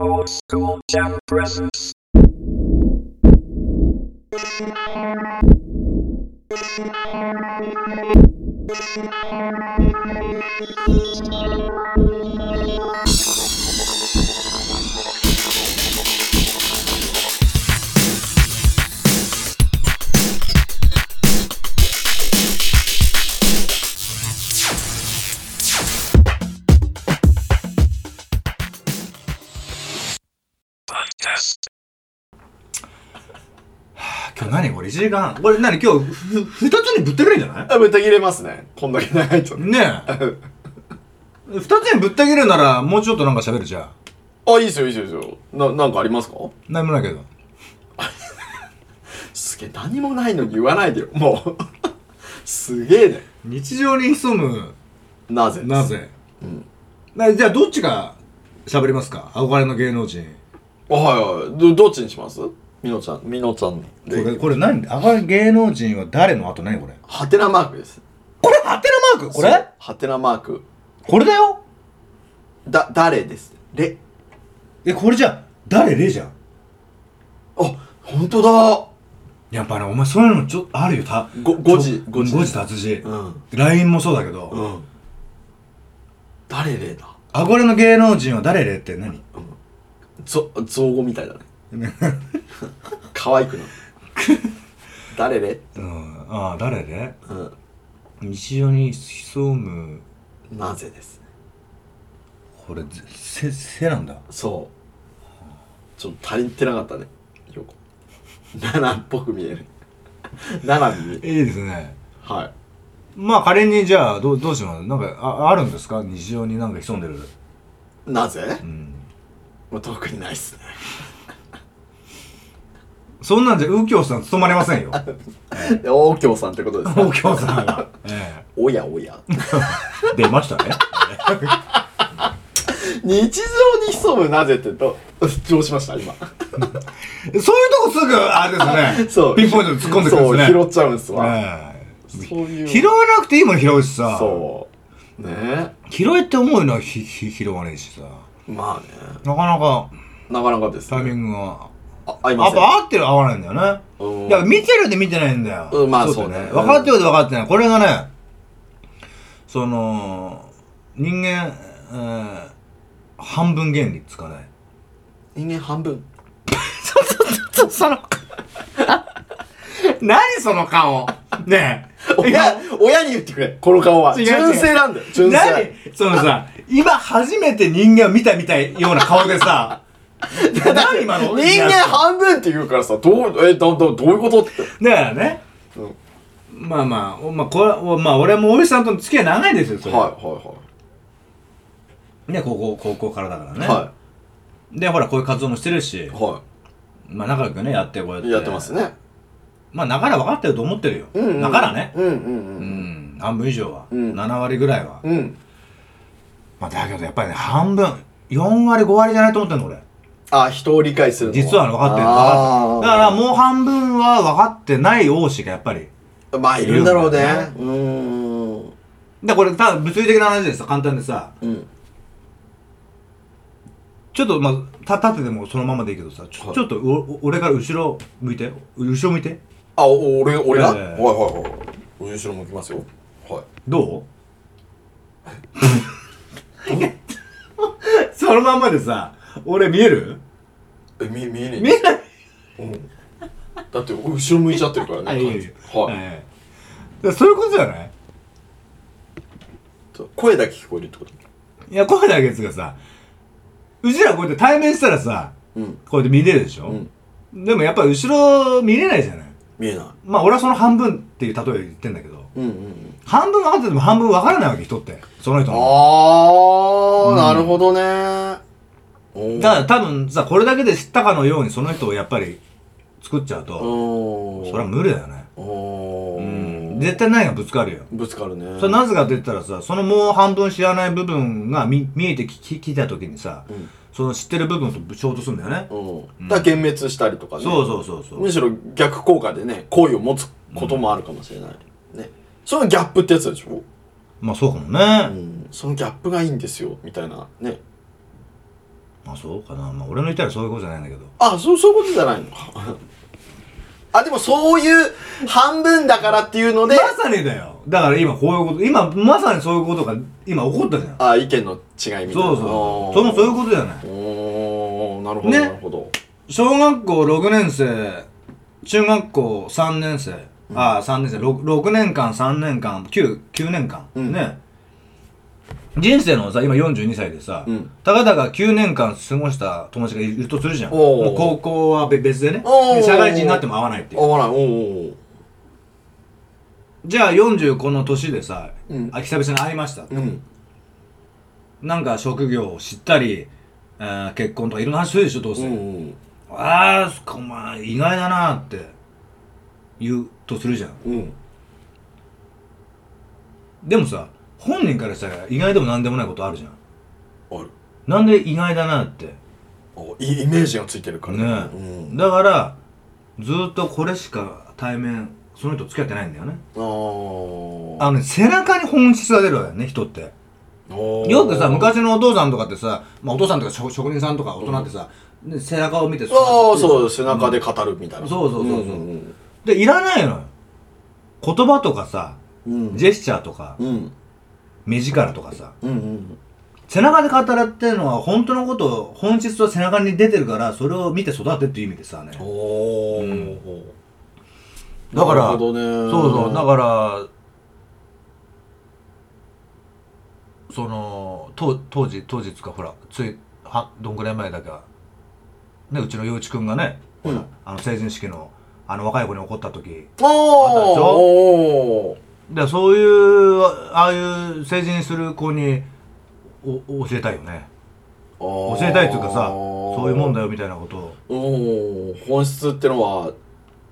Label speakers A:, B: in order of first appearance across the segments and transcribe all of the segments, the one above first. A: Old school jam presents. Podcast.
B: 今日何これ1時間半これ何今日ふふ2つにぶった切れんじゃない
C: あ、ぶった切れますね。こんだけ長いと。
B: ねえ2 つにぶった切るならもうちょっとなんか喋るじゃん
C: あ、いいですよ、いいですよ、いいですよ。な、なんかありますか
B: 何もないけど
C: すげえ、何もないのに言わないでよ、もう。 すげえね。
B: 日常に潜む
C: なぜ
B: な。ぜ、なじゃあどっちが喋りますか憧れの芸能人
C: あはいはい。ど、どっちにしますみのちゃん、みのちゃん
B: こ
C: で。
B: れこれ何憧れ芸能人は誰の後何これ
C: はてなマークです。
B: これハテナマークこ
C: そう
B: れ
C: はてなマーク。
B: これだよ
C: だ、誰です。れ。
B: えこれじゃん誰レじゃん
C: あ、ほんとだ。
B: やっぱねお前そういうのちょっとあるよた
C: ご誤字
B: 誤
C: 誤
B: 字
C: 字
B: 達人
C: うん。
B: LINE もそうだけど、
C: うん。誰れだ。
B: 憧れの芸能人は誰レって何
C: ぞ、造語みたいだね。可 愛くなる。誰れ
B: うん、ああ誰で
C: うん。
B: 日常に潜む
C: なぜですね
B: これせせなんだ
C: そうちょっと足りてなかったねよこ7っぽく見える7に見える
B: いいですね
C: はい
B: まあ仮にじゃあどうどうしますなんかああるんですか日常になんか潜んでる
C: なぜ
B: うん
C: もう特にないっすね
B: そんなんじゃ右京さん務まれませんよ
C: で大京さんってことです
B: 右
C: ね
B: 京さん は、え
C: おやおや
B: え、出ましたね
C: 日常に潜むなぜってどどうしました今
B: そういうとこすぐあれですね
C: そう
B: ピンポイントで突っ込んでくるんですね
C: そう拾っちゃうんすわ、
B: え
C: そういう
B: え拾わなくていいもん拾うしさ
C: そうねえ
B: 拾えって思うのはひひ拾わねえしさ
C: まあね
B: なかなか
C: なかなかです、ね、
B: タイミングが
C: あ合い
B: や
C: ま
B: っ
C: せん
B: ぱ合ってる合わないんだよね
C: うん
B: いや、見てるで見てないんだよ。
C: うんまあ
B: だよ
C: そうね
B: 分かってるで分かってない。これがね、その、人間、えー半分原理っつか ない。
C: 人間半分
B: その 何その顔ね え。い
C: 親
B: や、
C: 親に言ってくれこの顔は
B: 違う違う
C: 純正なんだよ純
B: 何
C: 正
B: そのさ、今初めて人間を見たみたいような顔で さ、何今の
C: 人間半分って言うからさ、どう、え、だ、だ、どういうことって。
B: だからね、
C: うん
B: まあまあ、おまあ、これはまあ、俺もおじさんとの付き合い長いですよ、そ
C: はい、
B: れ。
C: は
B: ね、高校、高校からだから
C: い、
B: ね。
C: は
B: で、ほら、こういう活動もしてるし
C: い。、は
B: まあ、仲良くね、やってこうやって。
C: い。やってます。ね。
B: まあ、だから分かってると思ってるよ。
C: うん、うん。
B: だからね。
C: うん、う、
B: うんん、半分以上は。
C: うん
B: 7割ぐらいは。
C: うん。うん。
B: まあ、だけど、やっぱりね、半分、4割、5割じゃないと思ってんの、俺。
C: あ、人を理解するの。
B: 実は分かってる分
C: あ
B: かっ
C: ー
B: だから、もう半分は分かってない王子が、やっぱり。
C: まあ、いるんだろうね
B: いるんだよ。
C: うーん。
B: で、これ、ただ、物理的な話でさ、簡単でさ、
C: うん。
B: ちょっと、まあ、た立っててもそのままでいいけどさ、ちょ
C: はい
B: ちょっとお、お俺から後ろ向いて。後ろ向いて。
C: あ、お俺、俺が。
B: え
C: はい、
B: え
C: はい、はい。お後ろ向きますよ。はい。
B: どうそのまんまでさ、俺見える
C: え、見、見えねえ。
B: 見えない
C: だって、後ろ向いちゃってるからね。
B: はいいいよ
C: はい。
B: ええそういうことじゃない
C: 声だけ聞こえるってこと。
B: いや、声だけですがさ、うちらこうやって対面したらさ、
C: うん。
B: こうやって見れるでし
C: う
B: ょ、
C: ん。
B: でもやっぱり後ろ見れないじゃない
C: 見えな
B: まあ俺はその半分っていう例えで言ってんだけど、
C: い。うん、うん、うん。
B: 半分分かってても半分分からないわけ、人って。その人の。
C: あー、
B: うん
C: なるほどね。おー
B: だから多分さ、これだけで知ったかのようにその人をやっぱり作っちゃうと、
C: おー
B: それは無理だよね。
C: おー
B: うん。絶対何がぶつかるよ。
C: ぶつかるね
B: それなぜかって言ったらさそのもう半分知らない部分が見見えてきききた時にさ、
C: うん
B: その知ってる部分と衝突するんだよね、
C: うんだから幻滅したりとかね
B: そうそうそうそう
C: むしろ逆効果でね好意を持つこともあるかもしれない、ねそのギャップってやつでしょ、
B: まあそうかもね、
C: うん、そのギャップがいいんですよみたいなね
B: まあそうかな、まあ、俺の言ったらそういうことじゃないんだけど
C: あそうそういうことじゃないの かあでもそういう半分だからっていうので
B: まさにだよだから今こういうこと今まさにそういうことが今起こったじゃん
C: あ意見の違いみたいな
B: そうそうそのそういうことじゃない
C: とおーなるほど、
B: ね
C: なるほど
B: 小学校6年生中学校3年生、ああ3年生 6, 6年間3年間 9, 9年間、
C: うん
B: ね人生のさ今42歳でさ、
C: うん
B: たかだか9年間過ごした友達がいるとするじゃん
C: おう
B: もう高校はべ別でね
C: おう
B: で社会人になっても会わないって
C: あ
B: いう
C: ほらおー
B: じゃあ40この年でさ、
C: うん
B: あ久々に会いました、
C: うん
B: なんか職業を知ったり、えー結婚とかいろんな話するでしょどう
C: う
B: せ、
C: ん
B: ああそこまあ意外だなって言うとするじゃん
C: うん
B: でもさ本人からしたら意外でも何でもないことあるじゃん
C: ある
B: なんで意外だなって
C: あいいイメージがついてるから
B: ね
C: う
B: え、
C: ん、
B: だからずっとこれしか対面その人付き合ってないんだよね
C: あー
B: あのね背中に本質が出るわよね人って
C: おー
B: よくさ昔のお父さんとかってさ、まあ、お父さんとか職職人さんとか大人ってさ、で背中を見て
C: ああそうう背中で語るみたいな、
B: そうそうそうそうんでいらないのよ言葉とかさ
C: うんうん
B: ジェスチャーとか
C: うん
B: 目力とかさ
C: うんうん
B: 背中で語らってるのは本当のことを本質は背中に出てるからそれを見て育てっていう意味でさね
C: おお、
B: だから
C: なるほどね
B: そうそうだからその当当時当時っつうかほらついはどんぐらい前だか、ね、うちの陽一くんがね
C: ら、うん、
B: あの成人式のあの若い子に怒った時
C: おーおー
B: でそういうああいう成人する子にお教えたいよね
C: 教
B: 教えたいっていうかさそういうもんだよみたいなことを
C: おー本質ってのは、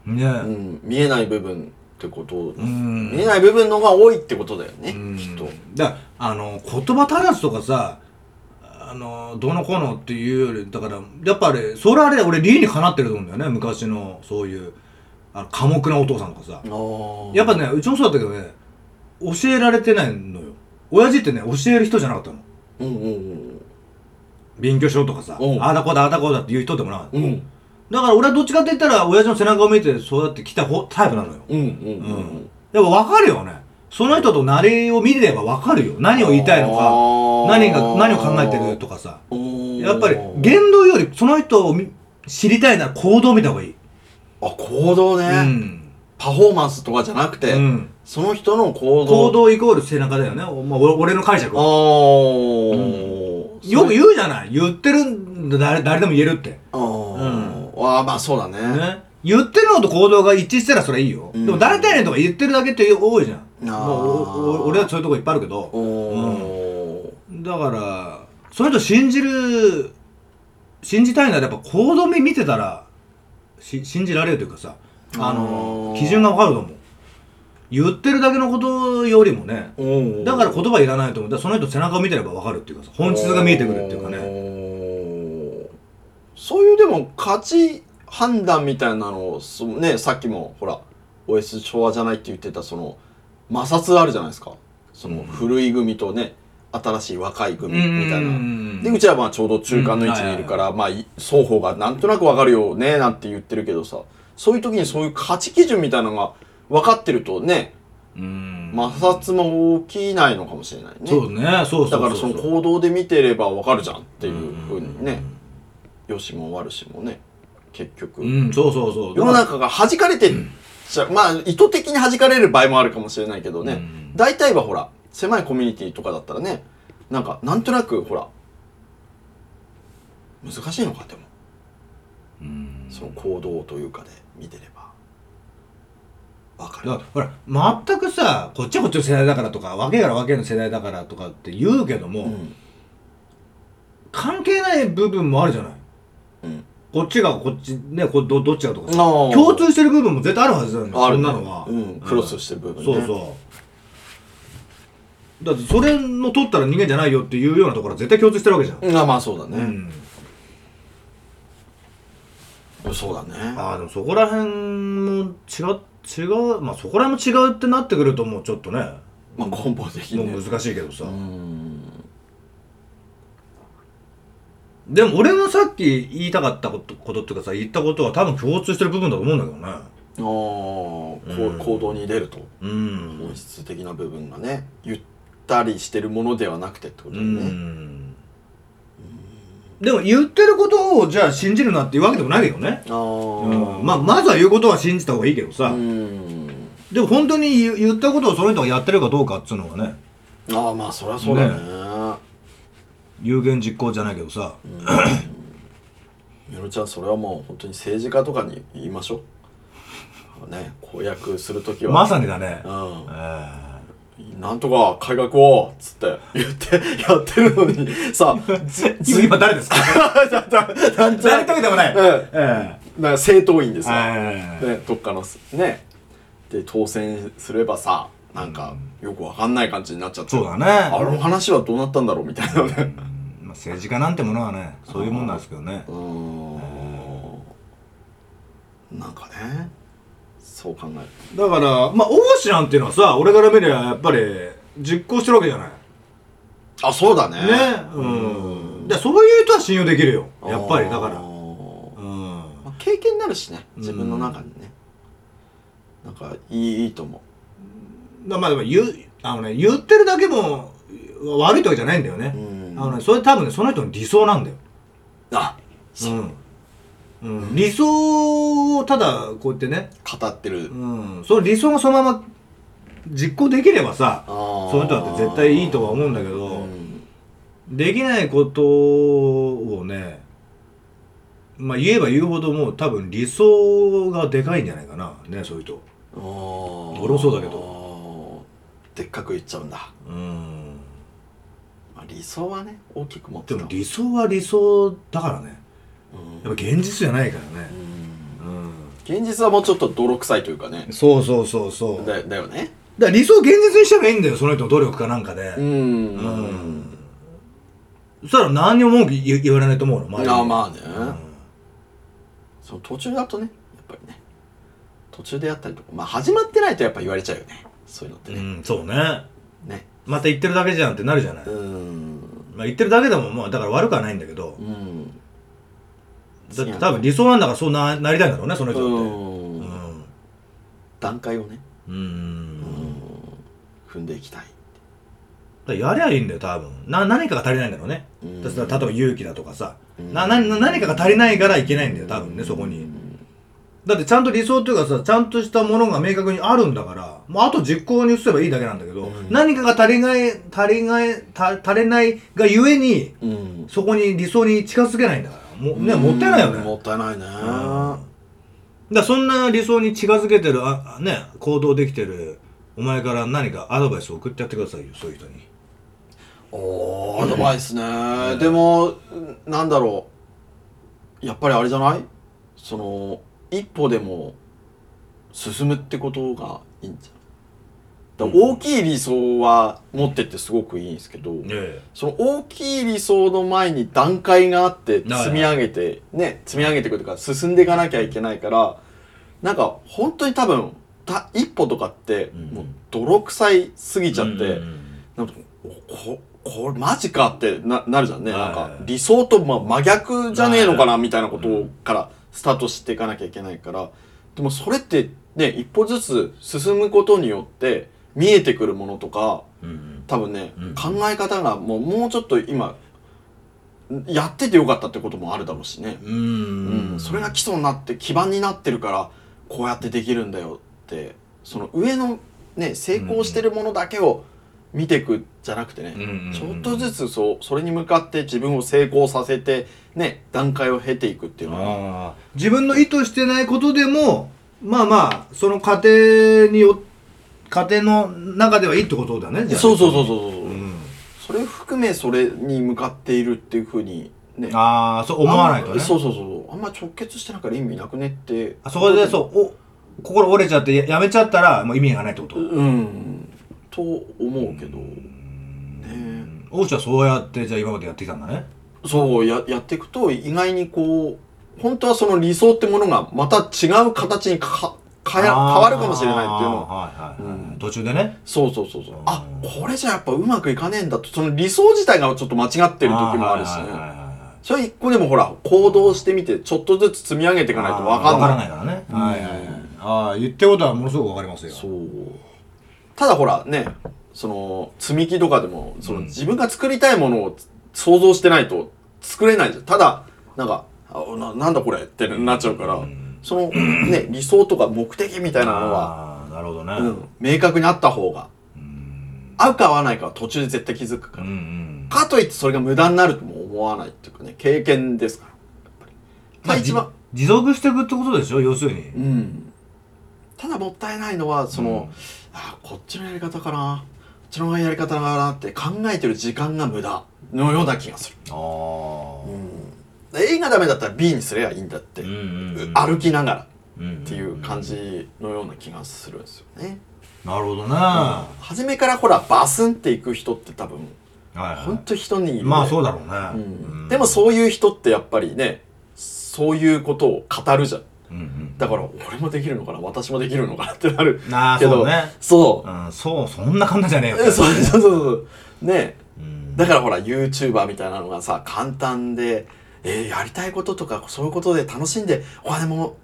B: ね
C: う、
B: うん
C: 見えない部分ってこと、
B: ん
C: 見えない部分の方が多いってことだよね、
B: うん
C: きっと
B: だからあの言葉足らずとかさあのどうのこうのっていうよりだからやっぱりそれはあれ俺理にかなってると思うんだよね昔のそういうあの寡黙なお父さんとかさ
C: あー
B: やっぱねうちもそうだったけどね教えられてないのよ親父ってね教える人じゃなかったの
C: うんうん
B: 勉強しろとかさ
C: うん
B: ああだこうだああだこうだっていう人でもなかった
C: うんうん
B: だから俺はどっちかって言ったら親父の背中を見てそうやってきた方タイプなのよ
C: うんうん
B: うんやっぱ分かるよねその人となりを見れば分かるよ何を言いたいのか
C: か
B: 何が何を考えてるとかさやっぱり
C: 現
B: 言動よりその人を見知りたいなら行動を見た方がいい、
C: あ行動ね、
B: うん
C: パフォーマンスとかじゃなくて、
B: うん、
C: その人の行動
B: 行動イコール背中だよね、おまあ、俺俺の解釈は
C: ああ、
B: よく
C: う
B: 言うじゃない言ってるんだ誰誰でも言えるって、ね、
C: あーあーまあそうだね
B: 言ってるのと行動が一致したらそれいいよ、
C: うん
B: でも誰々とか言ってるだけって多いじゃん
C: あー
B: まあおお俺はそういうとこいっぱいあるけ
C: お
B: ど
C: お
B: だからその人信じる信じたいならやっぱ行動見見てたらし信じられるというかさあの
C: あー
B: 基準がわかると思う言ってるだけのことよりもね
C: うん
B: だから言葉いらないと思うだからその人背中を見てればわかるっていうかさ本質が見えてくるっていうかね
C: ねそういうでも価値判断みたいなのをそのねさっきもほら OS 昭和じゃないって言ってたその摩擦あるじゃないですかその古い組とね新しい若い組みたいなでうちはまあちょうど中間の位置にいるから、まあい双方がなんとなくわかるよねなんて言ってるけどさそういう時にそういう価値基準みたいなのが分かってるとね
B: うん
C: 摩擦も起きないのかもしれないね
B: そうねそうそう
C: だからその
B: う
C: 行動で見てれば分かるじゃんっていうふうに
B: う
C: ね
B: ん
C: 良しも悪しもね結局、
B: うんそうそうそう
C: 世の中が弾かれてっちゃうまあ意図的に弾かれる場合もあるかもしれないけどね、
B: うん
C: 大体はほら狭いコミュニティとかだったらねなんかなんとなくほら難しいのかでも
B: うん
C: その行動というかで見てればわか
B: だ
C: る
B: からほら全くさこっちはこっちの世代だからとか若いから若いの世代だからとかって言うけども、
C: うん
B: 関係ない部分もあるじゃない
C: うん
B: こっちがこっちねこどどっちがとかさ
C: ああ
B: 共通してる部分も絶対あるはずなんだよ
C: あ
B: そ
C: る
B: ん
C: ね
B: なのは、
C: うんクロスしてる部分ね
B: そうそうだってそれの取ったら人間じゃないよっていうようなところは絶対共通してるわけじゃん、
C: うんあまあそうだ
B: う
C: ね、
B: ん、
C: そうだね
B: ああでもそこら辺も違う違うまあそこら辺も違うってなってくるともうちょっとね
C: まあ根本的
B: も
C: にね
B: う難しいけどさ、
C: うん
B: でも俺のさっき言いたかったことことっていうかさ言ったことは多分共通してる部分だと思うんだけどね
C: ああ、こう
B: うん
C: 行動に出ると
B: うん
C: 本質的な部分がねゆったりしてるものではなくてってこと
B: う
C: だよね、
B: んでも言ってることをじゃあ信じるなっていうわけでもないけどね、
C: ああ、
B: うんまあ、まずは言うことは信じた方がいいけどさ、
C: うん
B: でも本当に言言ったことをその人がやってるかどうかっつうのはね
C: ああまあそりゃそうだね
B: ね有言実行じゃないけどさ
C: みのちゃんそれはもう本当に政治家とかに言いましょうね公約するときは、
B: まさにだね、
C: うん
B: えー
C: なんとか改革をっつって言ってやってるのに さず
B: 次は誰です か
C: だだな んと
B: 誰
C: なく
B: とでもない、
C: うん
B: え
C: なんか政党員です
B: え
C: よ、
B: ええ
C: ね、どっかのすねで当選すればさなんかよくわかんない感じになっちゃって
B: そうだね
C: あの話はどうなったんだろうみたいなね
B: まあ政治家なんてものはねそういうもんなんですけどね
C: うーんなんかねそう考える
B: だからまあ大志なんていうのはさ俺から見りゃやっぱり実行してるわけじゃない
C: あそうだね
B: ねうんでそういう人は信用できるよやっぱりだか
C: あ
B: ら
C: ー
B: うん
C: まあ経験になるしね自分の中にねなんかいいいいと思
B: だまあでも言うあのね言ってるだけも悪いってわけじゃないんだよね
C: ううん
B: あのねそれ多分ねその人の理想なんだよ
C: あ
B: うん、うん、理想をただこうやってね
C: 語ってる
B: うんその理想がそのまま実行できればさ
C: そ
B: そういう人だって絶対いいとは思うんだけどできないことをねまあ言えば言うほどもう多分理想がでかいんじゃないかなねそういう人
C: 俺
B: 俺もそうだけ
C: どでっかく言っちゃうんだ、
B: うん
C: まあ、理想はね大きく持って
B: で
C: た
B: も理想は理想だからね
C: うん
B: やっぱ現実じゃないから
C: う
B: ね
C: ん
B: う
C: 現実はもうちょっと泥臭いというかね
B: んそうそうそうそうだか
C: だだよね
B: ら理想を現実にしたらいいんだよその人の努力かなんかで
C: ん
B: うんそしたら何にも文句言言われないと思うの周りに
C: ああまあね、
B: うん
C: その途中だとねやっぱりね途中でやったりとかまあ始まってないとやっぱ言われちゃうよねそういうのって
B: う
C: ね、
B: ん、そうね。
C: ね
B: また言ってるだけじゃんってなるじゃない。
C: うん
B: まあ言ってるだけでも、まあだから悪くはないんだけど
C: う、ん
B: だって多分理想なんだからそうななりたいんだろうね、その人だって。
C: う
B: うんん。
C: 段階をね、
B: う。
C: うんん踏んでいきたい、
B: だからやりゃいいんだよ、多分。な、何かが足りないんだろうね。
C: うん
B: だって例えば勇気だとかさ。
C: うん
B: な、な、な何かが足りないからいけないんだよ、多分ね、そこ
C: う
B: に。
C: ん
B: だってちゃんと理想というかさ、ちゃんとしたものが明確にあるんだから、もうあと実行に移せばいいだけなんだけど、
C: うん
B: 何かが足りない、足りない、た足りないがゆえに、
C: うん
B: そこに理想に近づけないんだから。もね、もったいないよね。
C: もったいないね、
B: だからそんな理想に近づけてるああね行動できてるお前から何かアドバイスを送ってやってくださいよそういう人に
C: おーアドバイスね、でもなんだろうやっぱりあれじゃないその一歩でも進むってことがいいんじゃんだから大きい理想は持ってってすごくいいんですけど、
B: え
C: その大きい理想の前に段階があって
B: はい
C: 積み上げてね積み上げていくとか進んでいかなきゃいけないからなんか本当に多分た一歩とかって
B: うん
C: もう泥臭いすぎ
B: え
C: ちゃって、なんかおここれマジかってななるじゃんね、
B: はい
C: なんか理想とまあ真逆じゃねえのかなみたいなこ
B: う
C: と
B: ん
C: からスタートしていかなきゃいけないからでもそれってね一歩ずつ進むことによって見えてくるものとか
B: うん
C: 多分ね、
B: うん
C: 考え方がもうもうちょっと今やっててよかったってこともあるだろうしね、
B: うんうん
C: うんそれが基礎になって基盤になってるからこうやってできるんだよってその上のね成功してるものだけを見ていくじゃなくてね、ちょっとず
B: つ
C: つそうそれに向かって自分を成功させてね段階を経ていくっていうのは
B: ああ自分の意図してないことでもまあまあその過程によ過程の中ではいいってことだねじゃあ
C: そうそうそうそうそう、
B: うん
C: それを含めそれに向かっているっていうふうにね
B: ああそう思わないと
C: あん
B: ね
C: そうそうそうあんま直結してなんから意味なくねって
B: あそこでそうお心折れちゃってややめちゃったらもう意味がないってこと
C: うんと思うけど、ね
B: 王子はそうやってじゃあ今までやってきたんだね
C: そうややっていくと意外にこう本当はその理想ってものがまた違う形にかか変
B: あー
C: わるかもしれないっていうのを
B: はいはいはい
C: うん
B: 途中でね
C: そうそうそうそうあ
B: うん
C: これじゃやっぱうまくいかねえんだとその理想自体がちょっと間違ってる時もあるし
B: はいはいはい
C: ね
B: は
C: それ一個でもほら、行動してみて、ちょっとずつ積み上げていかないと分かん
B: わ
C: ない
B: か。らないからね。
C: うん
B: はいはいはい。ああ、言ってることはものすごくわかりますよ。
C: そうただほらねその積み木とかでもその自分が作りたいものを想像してないと作れないじゃんただなんかあななんだこれってなっちゃうから、
B: うん
C: その ね理想とか目的みたいなのは、
B: ああ、なるほどね。
C: う、
B: うん
C: 明確にあった方が
B: ん。
C: 合うか合わないかは途中で絶対気づくか
B: う
C: ら、
B: ん。
C: かといってそれが無駄になるとも思わないっていうかね経験ですからやっぱり、まあ、一番、
B: 持続していくってことでしょ要する
C: う
B: に。
C: ん、ただもったいないのはその、
B: うん
C: あこっちのやり方かなこっちのやり方かなって考えてる時間が無駄のような気がする、
B: ああ。
C: で A がダメだったら B にすればいいんだって、
B: うんうんうん。
C: 歩きながら
B: っ
C: っていう感。じのような気がするんですよね、
B: なるほどね。は
C: 初めからほらバスンっていく人って多分
B: いは
C: ほんと人にい
B: い。
C: る
B: まあそうだろう
C: う
B: ね。うん
C: ん、でもそういう人ってやっぱりねそういうことを語るじゃん
B: うんうん。
C: だから俺もできるのかな私もできるのかなってなる
B: ああ、
C: けど
B: そうね。
C: そう
B: うん、そう、そんな簡単じゃねえよ。
C: えそうそうそうそう。ね
B: うん
C: だからほら、YouTuber みたいなのがさ、簡単で、えーやりたいこととか、そういうことで楽しんで、お金も、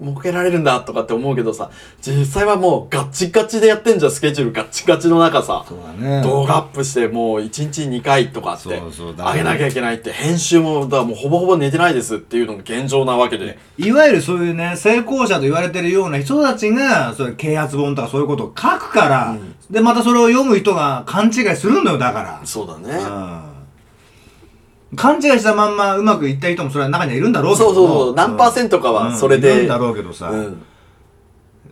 C: 儲けられるんだとかって思うけどさ、実際はもうガッチガチでやってんじゃん、スケジュールガッチガチの中さ、
B: そうだね。
C: 動画アップしてもう1日2回とかって、
B: そうそうだ
C: 上げなきゃいけないって、編集も、だからもうほぼほぼ寝てないですっていうのが現状なわけで。
B: いわゆるそういうね、成功者と言われてるような人たちが、そういう啓発本とかそういうことを書くから、
C: うん
B: で、またそれを読む人が勘違いするのよ、だか
C: そうだね。
B: ら。うん。勘違いしたまんまうまくいった人もそれは中にはいるんだろうけ
C: そ
B: ど
C: うそうそう、何パーセントかはそれ
B: うんいる
C: で。
B: んだろうけどさ。
C: うん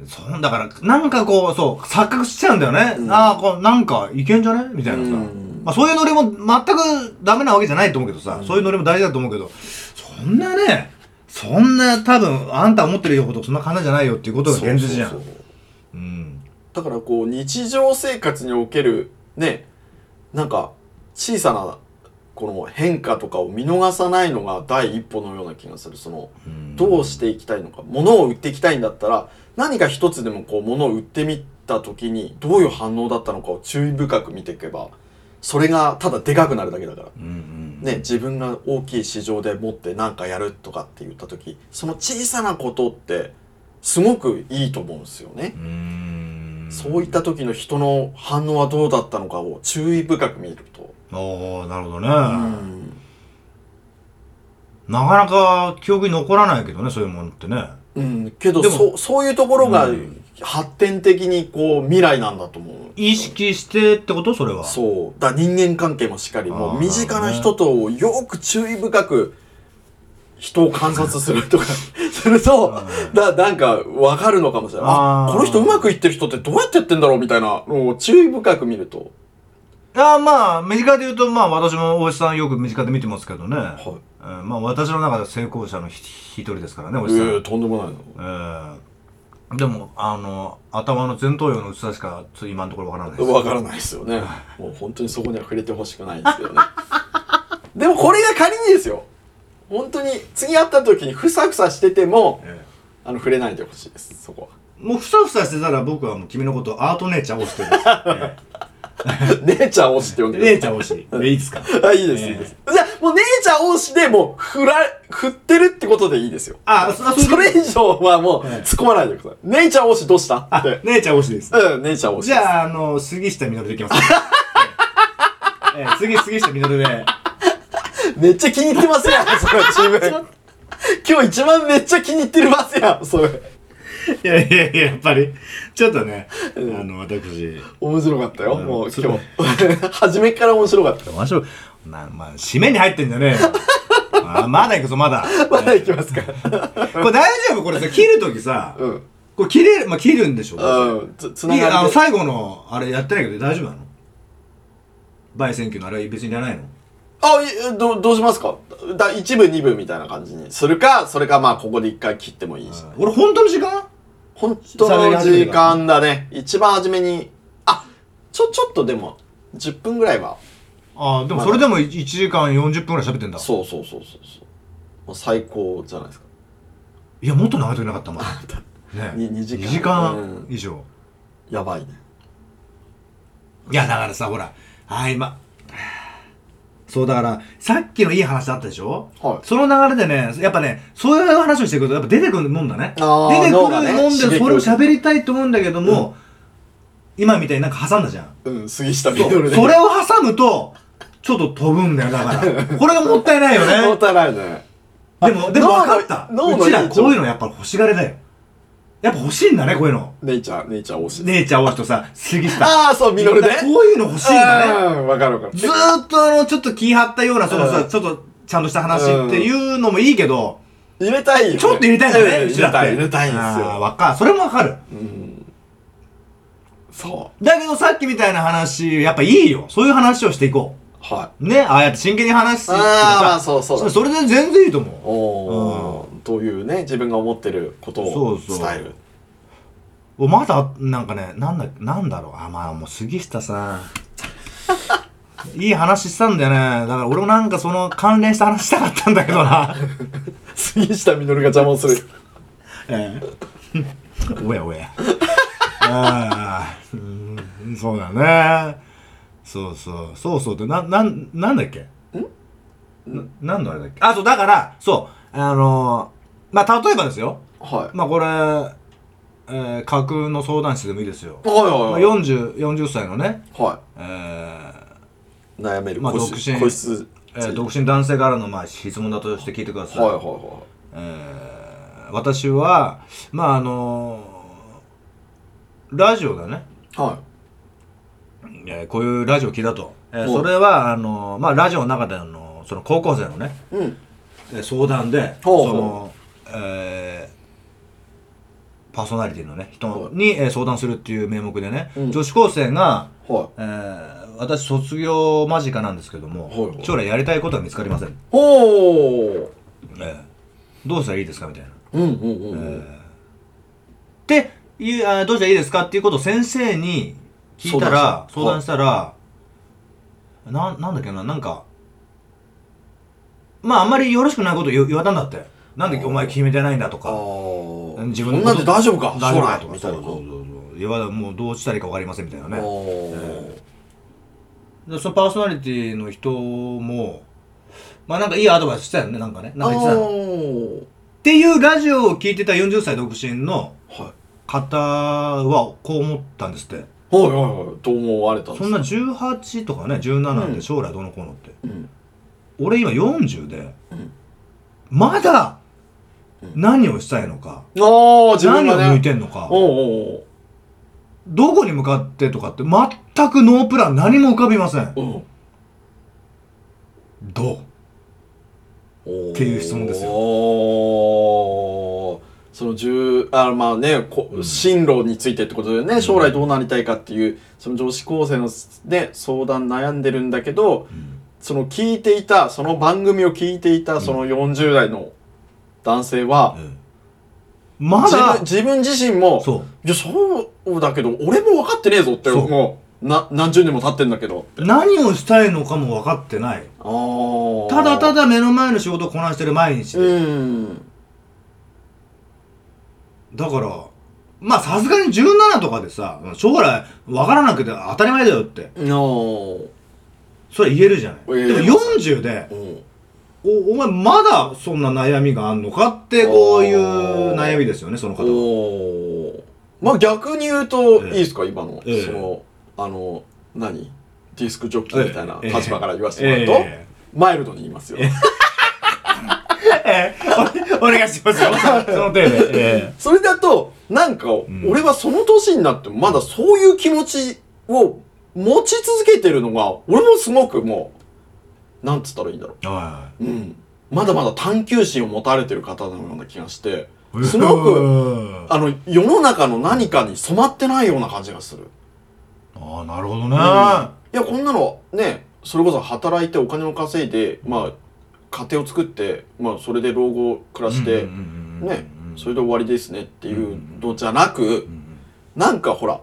B: そう、だから、なんかこう、そう、錯覚しちゃうんだよね。
C: うん
B: ああ、こう、なんかいけんじゃねみたいなさ。
C: うん
B: まあそういうノリも全くダメなわけじゃないと思うけどさ、そういうノリも大事だと思うけど、そんなね、そんな多分、あんた思ってるよほどそんな簡単じゃないよっていうことが現実じゃん。
C: そううそうそ
B: う
C: う
B: ん。
C: だからこう日常生活におけるねなんか小さなこの変化とかを見逃さないのが第一歩のような気がするその
B: うん
C: どうしていきたいのか物を売っていきたいんだったら何か一つでもこう物を売ってみた時にどういう反応だったのかを注意深く見ていけばそれがただでかくなるだけだから。
B: うんうん。
C: ね、自分が大きい市場で持って何かやるとかって言った時その小さなことってすごくいいと思うんですよね。
B: うーん。
C: そういった時の人の反応はどうだったのかを注意深く見ると。
B: おー、なるほどね。
C: うん
B: なかなか記憶に残らないけどね、そういうものってね。
C: うん、けど
B: でも
C: そ、そういうところが
B: うん
C: 発展的にこう未来なんだと思う。
B: 意識してってことそれは。
C: そう。だ人間関係もしっかり、
B: あ
C: も
B: ー
C: う身近な人とよく注意深く人を観察するとかすると、だなんかわかるのかもしれない。あ
B: あー
C: この人うまくいってる人ってどうやってやってんだろうみたいなのを注意深く見ると。
B: ああまあ、身近で言うと、まあ私も大石さんよく身近で見てますけどね。
C: は
B: うんまあ私の中では成功者の一人ですからね、お
C: い。え
B: じさん。
C: ー、とんでもないの。
B: えーでも、あの、頭の前頭葉の薄さしか、ちょっと今のところわからないです。
C: わからないですよね。もう本当にそこには触れてほしくないんですけどね。でもこれが仮にですよ。本当に次会った時にふさふさしてても、
B: え
C: あの触れないでほしいです。そこ
B: えもうふさふさしてたら僕はもう君のことをアート姉ちゃんをして るんです。え
C: は。姉ちゃん推しって呼ん
B: え
C: で
B: 姉ちゃんをしてる。えいいですか
C: ください。あ、いいです、いいです。じゃあもう姉ちゃん推しでもう振ら、振ってるってことでいいですよ。
B: あ、そそ
C: それ以上はもう
B: ええ
C: 突っ込まないでください。姉ちゃん推しどうしたっ
B: あ
C: て、。
B: 姉ちゃんをしてです。
C: うん、姉ちゃん推し。
B: じゃあ、あの、杉下みのるでいき ます。ええええ次、杉下みのるで。
C: めっちゃ気に入ってますやん、それ自 分。今日一番めっちゃ気に入ってるますやん、それ。
B: いやいやいや、やっぱり、ちょっとね、あの、私、
C: 面白かったよ、
B: うん
C: もう
B: それ
C: 今日。 初めから面白かった。
B: 面白い。な、まあ、締めに入ってんじゃねえよ。あまだ行くぞ、まだ。
C: まだいきますか。
B: これ大丈夫これさ、切るときさ、
C: うん。
B: これ切れる、まあ、切るんでしょ
C: うん。つ、つない
B: やあ
C: が
B: の、
C: りで。
B: 最後の、あれやってないけど大丈夫なの焙煎機のあれは別にいらないの
C: あ、いど、どうしますかだ一部、二部みたいな感じにするか、それかまあここで一回切ってもいいし。
B: 俺、本当の時間
C: 本当の時間だね。一番初めに、あ、ちょ、ちょっとでも、10分ぐらいは。
B: ああ、でもそれでも1時間40分ぐらい喋ってんだ。
C: そうそうそうそうそう。もう最高じゃないですか。
B: いや、もっと長い時なかったもん。ね
C: に二時間
B: 二時間
C: うん
B: 以上。
C: やばいね。
B: いや、だからさ、ほら、あー今、そうだから、さっきのいい話あったでしょ
C: は
B: その流れでね、やっぱね、そういう話をしていくると、やっぱ出てくるもんだね。
C: あ
B: 出て
C: ー
B: くる
C: 脳
B: も
C: がね
B: ん
C: 刺
B: で、
C: 激
B: そ
C: を
B: れを喋りたいと思うんだけども、今みたいになんか挟んだじゃん。
C: い。うん、杉下
B: そ
C: 緑
B: う
C: で。
B: それを挟むと、ちょっと飛ぶんだよ、だ から。これがもったいないよ
C: もっ
B: ね。
C: たいないね。
B: でも、でも
C: 脳
B: 分
C: の
B: かった。
C: 脳
B: う
C: の
B: ちらこういうのやっぱ欲しがれだよ。やっぱ欲しいんだね、こういうの。
C: 姉ちゃん、姉ちゃん推し。
B: 姉ちゃんおしとさ、杉下。
C: ああ、そう、ミノルで。
B: こういうの欲しいんだね。
C: うん、わかるわか
B: ず
C: る。
B: ーっとあの、ちょっと気張ったような、その
C: う
B: さ、
C: ん
B: ちょっとちゃんとした話っていうのもいいけど、
C: 入れたいよね。
B: ちょっと入れたいんだね、
C: うん
B: う
C: 入
B: ち
C: れ
B: らって
C: たい、入れたいんです
B: あー
C: よ。
B: わかる。それもわかる。
C: うん。そ
B: だけどさっきみたいな話、やっぱいいよ。そういう話をしていこ
C: う。はい。
B: う。ね、ああやって真剣に話すっていうか
C: ああ、まあ、
B: さ
C: そうそうだ。
B: それで全然いいと思う。
C: おーというね、自分が思ってることを
B: そうそ
C: 伝
B: う
C: える。
B: おまだなんかねなんだなんだろうあまあもう杉下 さんいい話したんだよねだから俺もなんかその関連した話したかったんだけどな
C: 杉下みのるが邪魔をする。
B: ええおやお やああうんそうだねそうそうそうそうってななんなんだっけんなんのあれだっけあそうだからそうあのまあ例えばですよ
C: は
B: まあこれ、えー、架空の相談室でもいいですよ
C: い。はいはいはい。
B: 40, 40歳のね、
C: は
B: えー
C: い。悩める。
B: まあ
C: 個
B: 独
C: 室。
B: 身
C: 個室。
B: えー独身男性からのまあ質問だとして聞いてください。
C: はいはいは
B: えー私は、まああのーラジオだね、
C: い。は
B: えーこういうラジオ聞いたと。えー
C: お
B: それは、あのーまあラジオの中での、その高校生のね、
C: い。うん。
B: えー相談で、
C: ほう
B: その、えーパーソナリティのね、人に、えー相談するっていう名目でね、
C: うん
B: 女子高生が、
C: はい。
B: えー私卒業間近なんですけども、
C: はいはい
B: 将来やりたいことは見つかりません、
C: おー。
B: えーどうしたらいいですかみたいな、
C: うんうんうんう
B: え
C: ん。
B: ーっていうあーどうしたらいいですかっていうことを先生に聞いたら相
C: 相談
B: 談したら、ななんだっけななんかまああんまりよろしくないこと言う言われたんだってなんでお前決めてないんだと
C: あ
B: か
C: ー。
B: 自
C: こ
B: 分の
C: ん
B: こ
C: なん
B: と
C: で大丈夫か
B: 大丈夫かとか
C: 将来み
B: そ
C: た
B: うそ
C: い
B: うそう
C: な
B: そう言われたもうどうしたらいいか分かりませんみたいなね
C: おー。
B: でそのパーソナリティの人もまあなんかいいアドバイスしたよねなんかねなんか言ってたのっ
C: おー
B: ていうラジオを聞いてた40歳独身の
C: はい。
B: 方はこう思ったんですって
C: はいはいはい。と思われたんです
B: そんな18とかね17で将来どうのこうのって、
C: うん。
B: 俺今40で、
C: うん
B: まだ
C: うん
B: 何をしたいのか、
C: ああ、自分
B: 何を
C: が
B: 向い
C: ね。
B: てんのか、
C: おう
B: どこに向かってとかって全くノープラン何も浮かびません
C: おうおう
B: どう
C: うん。
B: っていう質問ですよ
C: おーその十あまあねこ
B: うん
C: 進路についてってことでね、
B: ん
C: 将来どうなりたいかっていうその女子高生ので相談悩んでるんだけどその聞いていたその番組を聞いていたその40代の男性は、
B: うんま
C: 自分
B: だ
C: 自分自身も
B: そう
C: いやそうだけど俺も分かってねえぞって
B: そう
C: もうな何十年も経ってんだけど
B: 何をしたいのかも分かってないた
C: た
B: だた
C: だ
B: だ目の前の仕事をこなしてる毎日、
C: うん
B: だからまあさすがに17とかでさ将来分からなくて当たり前だよって
C: の
B: それ言えるじゃない、
C: 言え
B: で
C: ま
B: も
C: す
B: 40で
C: うん
B: おお前まだそんな悩みがあんのかってこういう悩みですよねその方は
C: おーまあ逆に言うと
B: ええ
C: いいですか今の
B: ええ
C: そのあの何ディスクジョッキーみたいな
B: ええ
C: 立場から言わせてもらうと
B: え
C: マイルドに言いますよ
B: えお お願いします よその程度え
C: それだとなんか
B: ん
C: 俺はその年になってもまだそういう気持ちを持ち続けてるのが俺もすごくもうなんつったらいいんだろう
B: えは
C: うん、まだまだ探求心を持たれてる方のような気がして
B: い
C: すごく
B: く
C: あの世の中の何かに染まってないような感じがする、
B: ああなるほど
C: うん、い
B: ね
C: やこんなのねそれこそ働いてお金を稼いでまあ家庭を作って、まあ、それで老後を暮らして、
B: うんうんうんうん
C: ね
B: うん
C: それで終わりですねっていうのじゃなく、
B: うん
C: なんかほら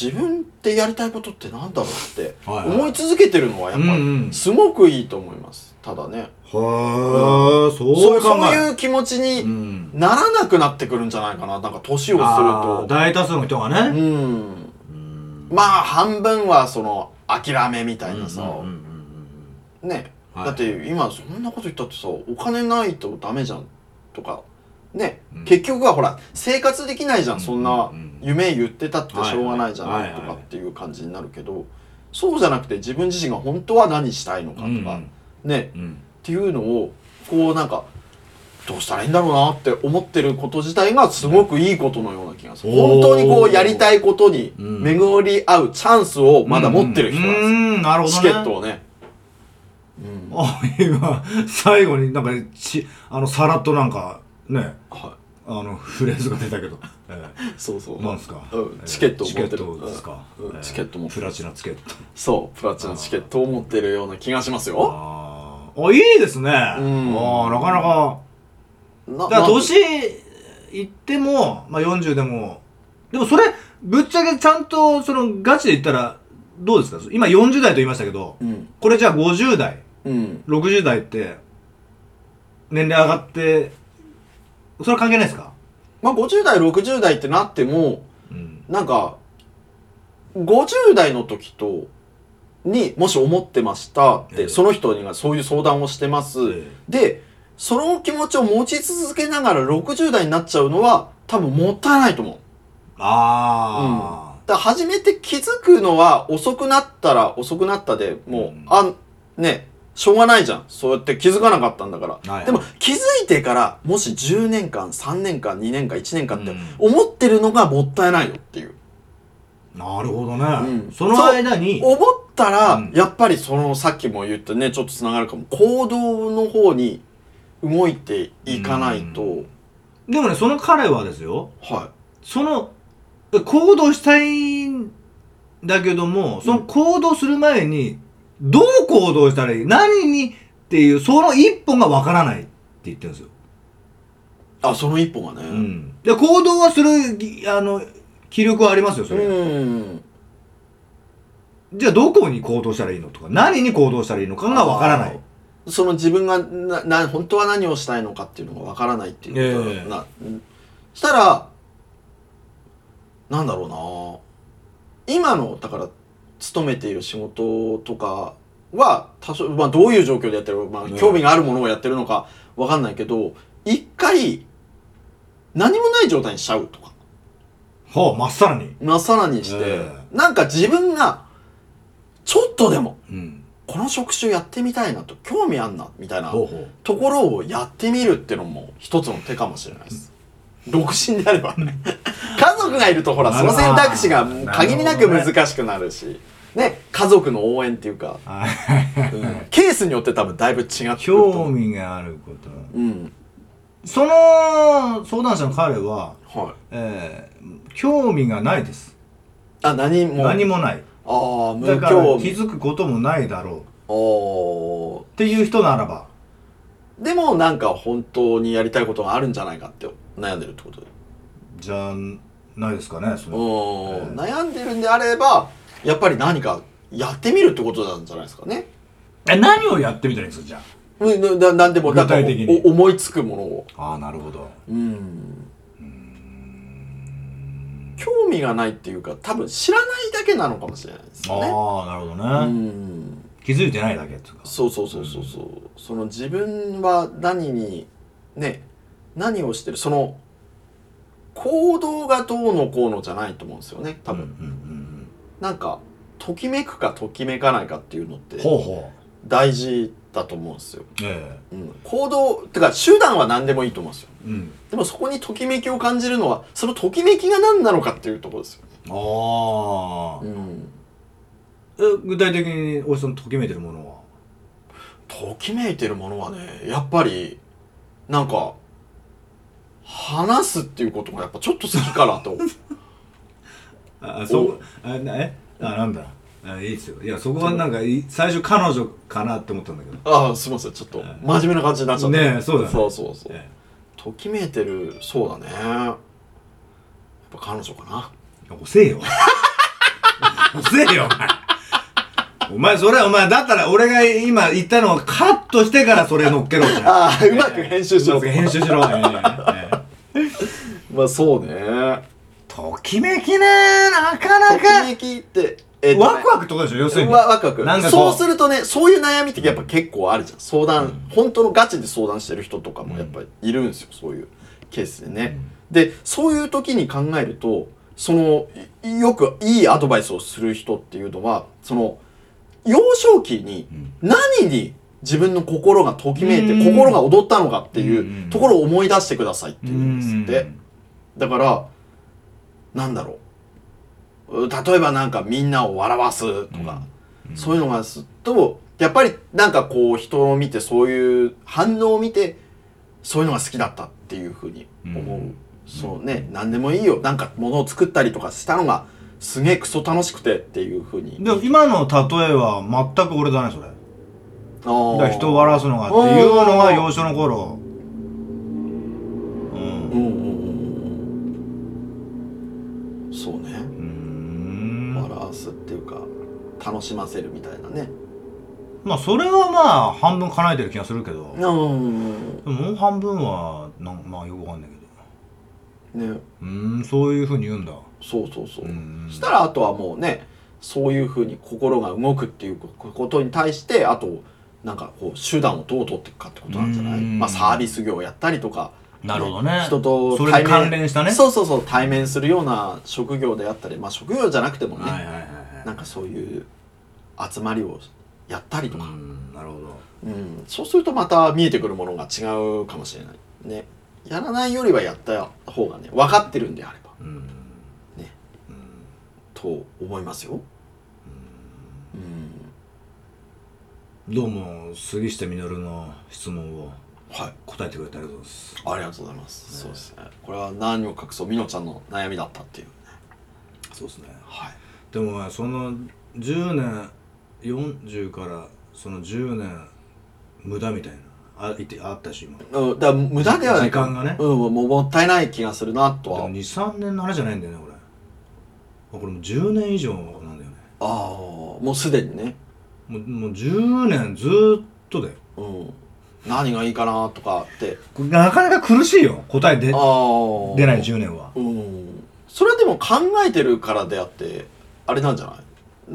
C: 自分ってやりたいことってなんだろうって
B: はいはい
C: 思い続けてるのはやっぱ
B: うんうん
C: りすごくいいと思いますただね
B: はあそうい
C: そうう
B: 考
C: そう
B: え
C: いう気持ちに
B: うん
C: ならなくなってくるんじゃないかななんか年をする
B: あー
C: と
B: 大多数の人が
C: う
B: ねう
C: ん
B: ん
C: まあ半分はその諦めみたいなさ、
B: うんうんうんうん
C: ね、
B: はい
C: だって今そんなこと言ったってさお金ないとダメじゃんとかね、
B: うん
C: 結局はほら生活できないじゃん、そんな
B: うんうんうん
C: 夢言ってたってしょうがないじゃ
B: はい
C: な
B: はいい
C: とかっていう感じになるけどそうじゃなくて自分自身が本当は何したいのかと
B: うん
C: か、ね
B: うん
C: っていうのをこうなんかどうしたらいいんだろうなって思ってること自体がすごくいいことのような気がする
B: おー
C: 本当にこうやりたいことに
B: うん
C: 巡り合うチャンスをまだ持ってる人なんですよ、
B: うんうんなるほどね
C: チケットをね、うんは
B: あ今最後になんかちあのさらっとなんかねあのフレーズが出たけど、え
C: い、そうそう
B: え、なんですか、
C: うん
B: ええ
C: チケットを
B: チ
C: 持
B: ケ
C: って
B: ッ
C: る
B: トですか、
C: うん
B: ええ
C: チケットも
B: プラチナチケット
C: そうプラチナチケットを持ってるような気がしますよ
B: あーあいいですね、ああなかなか
C: な
B: だから
C: なん
B: 年いっても、まあ、40でもでもそれぶっちゃけちゃんとそのガチで言ったらどうですか今40代と言いましたけど
C: うん
B: これじゃあ50代
C: うん
B: 60代って年齢上がってそれは関係ないですか、
C: まあ50代60代ってなっても
B: うん、
C: なんか50代の時とにもし思ってましたって、
B: ええ
C: その人にはそういう相談をしてます、
B: え
C: でその気持ちを持ち続けながら60代になっちゃうのは多分もったいないと思う
B: ああ、
C: だから初めて気づくのは遅くなったら遅くなったでもう、
B: うん
C: あねしょうがないじゃんそうやって気づかなかったんだから、
B: はい
C: でも気づいてからもし10年間3年間2年間1年間って
B: うん
C: 思ってるのがもったいないよっていう、
B: なるほどね、
C: うん
B: その間に
C: 思ったら、
B: うん
C: やっぱりそのさっきも言ったねちょっとつながるかも行動の方に動いていかないと、
B: うでもねその彼はですよ
C: は
B: そのえ行動したいんだけどもその行動する前にどう行動したらいい何にっていうその一本がわからないって言ってるんですよ、
C: いあその一歩がね
B: うん、で行動はするぎあの気力はありますよそれ、
C: うん
B: じゃあどこに行動したらいいのとか何に行動したらいいのかがわからない
C: その自分がなな本当は何をしたいのかっていうのがわからないっていうことだ
B: ええ
C: な、したらなんだろうな今のだから勤めている仕事とかは多少、まあ、どういう状況でやってるか、ま
B: え
C: あ、
B: え
C: 興味があるものをやってるのかわかんないけど一回何もない状態にしちゃうとか
B: ほうまっさらに、
C: まあさらにして、
B: え
C: なんか自分がちょっとでも
B: うん、
C: この職種やってみたいなと興味あんなみたいな
B: ほうほう
C: ところをやってみるってのも一つの手かもしれないです。独身であればね。 家族がいるとほら、
B: な
C: そ
B: る
C: の
B: ほど
C: 選択肢が
B: なるほどね
C: 限りなく難しくなるし、ね、家族の応援っていう か、
B: はいはいはい
C: うんケースによって多分だいぶ違ってくると
B: 興
C: 思う。
B: 味があること
C: うん。
B: その相談者の彼は、
C: はい。
B: えー興味がないです
C: あ、何も。
B: 何。もない
C: ああ、無
B: だから
C: 興
B: 気
C: 味。
B: づくこともないだろ
C: あー
B: うっていう人ならば
C: でもなんか本当にやりたいことがあるんじゃないかって悩んでるってことで。
B: じゃないですかねその
C: うん。
B: えー
C: 悩んでるんであれば、やっぱり何かやってみるってことなんじゃないですかね。
B: え何をやってみたらいいんですかじゃ
C: うんななんでも、
B: 具体的に
C: なんかお思いつくものを。
B: あああなるほど
C: うん。興味がないっていうか、多分知らないだけなのかもしれないですよね。
B: ああなるほどね
C: う、ん。
B: 気づいてないだけっていうか
C: そうそうそうそうそう。その自分は何に、ね、何をしてる、その、行動がどうのこうのじゃないと思うんですよね、多分。
B: うんうん
C: なんか、ときめくかときめかないかっていうのって
B: うん、ほうほう
C: 大事だと思うんですよ。
B: え
C: うん。行動、てか、手段は何でもいいと思うんですよ。
B: えうん
C: でもそこにときめきを感じるのはそのときめきが何なのかっていうところですよ、
B: ああ、
C: ん、
B: え具体的におじさんときめいてるものは
C: ときめいてるものはねやっぱりなんか話すっていうことがやっぱちょっと好きかな と
B: あそうあなえあなんだあいいっすよいやそこはなんかい最初彼女かなって思ったんだけど
C: ああすいませんちょっと真面目な感じになっちゃった
B: ねえそうだね
C: そうそうそう
B: え
C: ときめいてるそうだねやっぱ彼女かな
B: え押せよ押せよお前お前それお前だったら俺が今言ったのをカットしてからそれ乗っけろじゃん
C: ああうまく編集し
B: う
C: ろ
B: まく編集しろ、ええええ
C: まあそうね
B: ときめきねなかな
C: とき
B: か
C: めきってえっとね
B: ワクワクってことでしょ要するに。
C: わワクワク
B: なんかこ
C: そううするとねそういう悩みってやっぱ結構あるじゃん相談、本当のガチで相談してる人とかもやっぱりいるんですよ、そういうケースでね、でそういう時に考えるとそのいよくいいアドバイスをする人っていうのはその幼少期に何に自分の心がときめいて、
B: うん
C: 心が踊ったのかって
B: うん
C: いううんところを思い出してくださいって
B: う
C: いうんです
B: ん
C: って。だからなんだろうう例えばなんかみんなを笑わすとか、そういうのがすっとやっぱりなんかこう人を見てそういう反応を見てそういうのが好きだったっていうふうに思う、
B: うん
C: そうね何でもいいよなんか物を作ったりとかしたのがすげえクソ楽しくてっていうふうに
B: でも今の例えは全く俺だねそれだか
C: あー
B: ら人を笑わすのがっていうのが幼少の頃うん
C: うんうんうんうんそう
B: う
C: ね
B: ーん
C: 笑わすっていうか楽しませるみたいなね
B: まあそれはまあ半分叶えてる気がするけど
C: うん
B: でももう半分はなんまあよくわかんないけど
C: ね
B: うーんそういうふうに言うんだ
C: そうそうそう、
B: うん
C: したらあとはもうねそういうふうに心が動くっていうことに対してあとなんかこう手段をどう取っていくかってことなんじゃない、
B: うん
C: まあ、サービス業をやったりとか
B: なるほどね
C: 人と
B: それに関連したね
C: そうそうそう対面するような職業であったり、まあ、職業じゃなくてもね、
B: はいはいはいはい
C: なんかそういう集まりをやったりと
B: う
C: か、
B: んなるほど
C: うん、そうするとまた見えてくるものが違うかもしれないねやらないよりはやった方がね分かってるんであれば
B: うん
C: ね
B: うん
C: と思いますようん
B: どうも杉下実の質問を
C: はい
B: 答えてくれてありがとうございます
C: ありがとうございます、そうですねこれは何を隠そうみのちゃんの悩みだったっていうね
B: そうですね
C: はい
B: でもねその10年40からその10年無駄みたいなあいてあったし今
C: うんだから無駄ではないか
B: 時間がね
C: うん、もうもったいない気がするなとはあ
B: 23年の話じゃないんだよねこれあこれもう10年以上なんだよね
C: あーもうすでにね、
B: もうもう10年ずーっとだよ
C: うん、何がいいかなとかって
B: これなかなか苦しいよ答え出
C: ああ
B: 出ない10年は
C: うんそれはでも考えてるからであってあれなんじゃな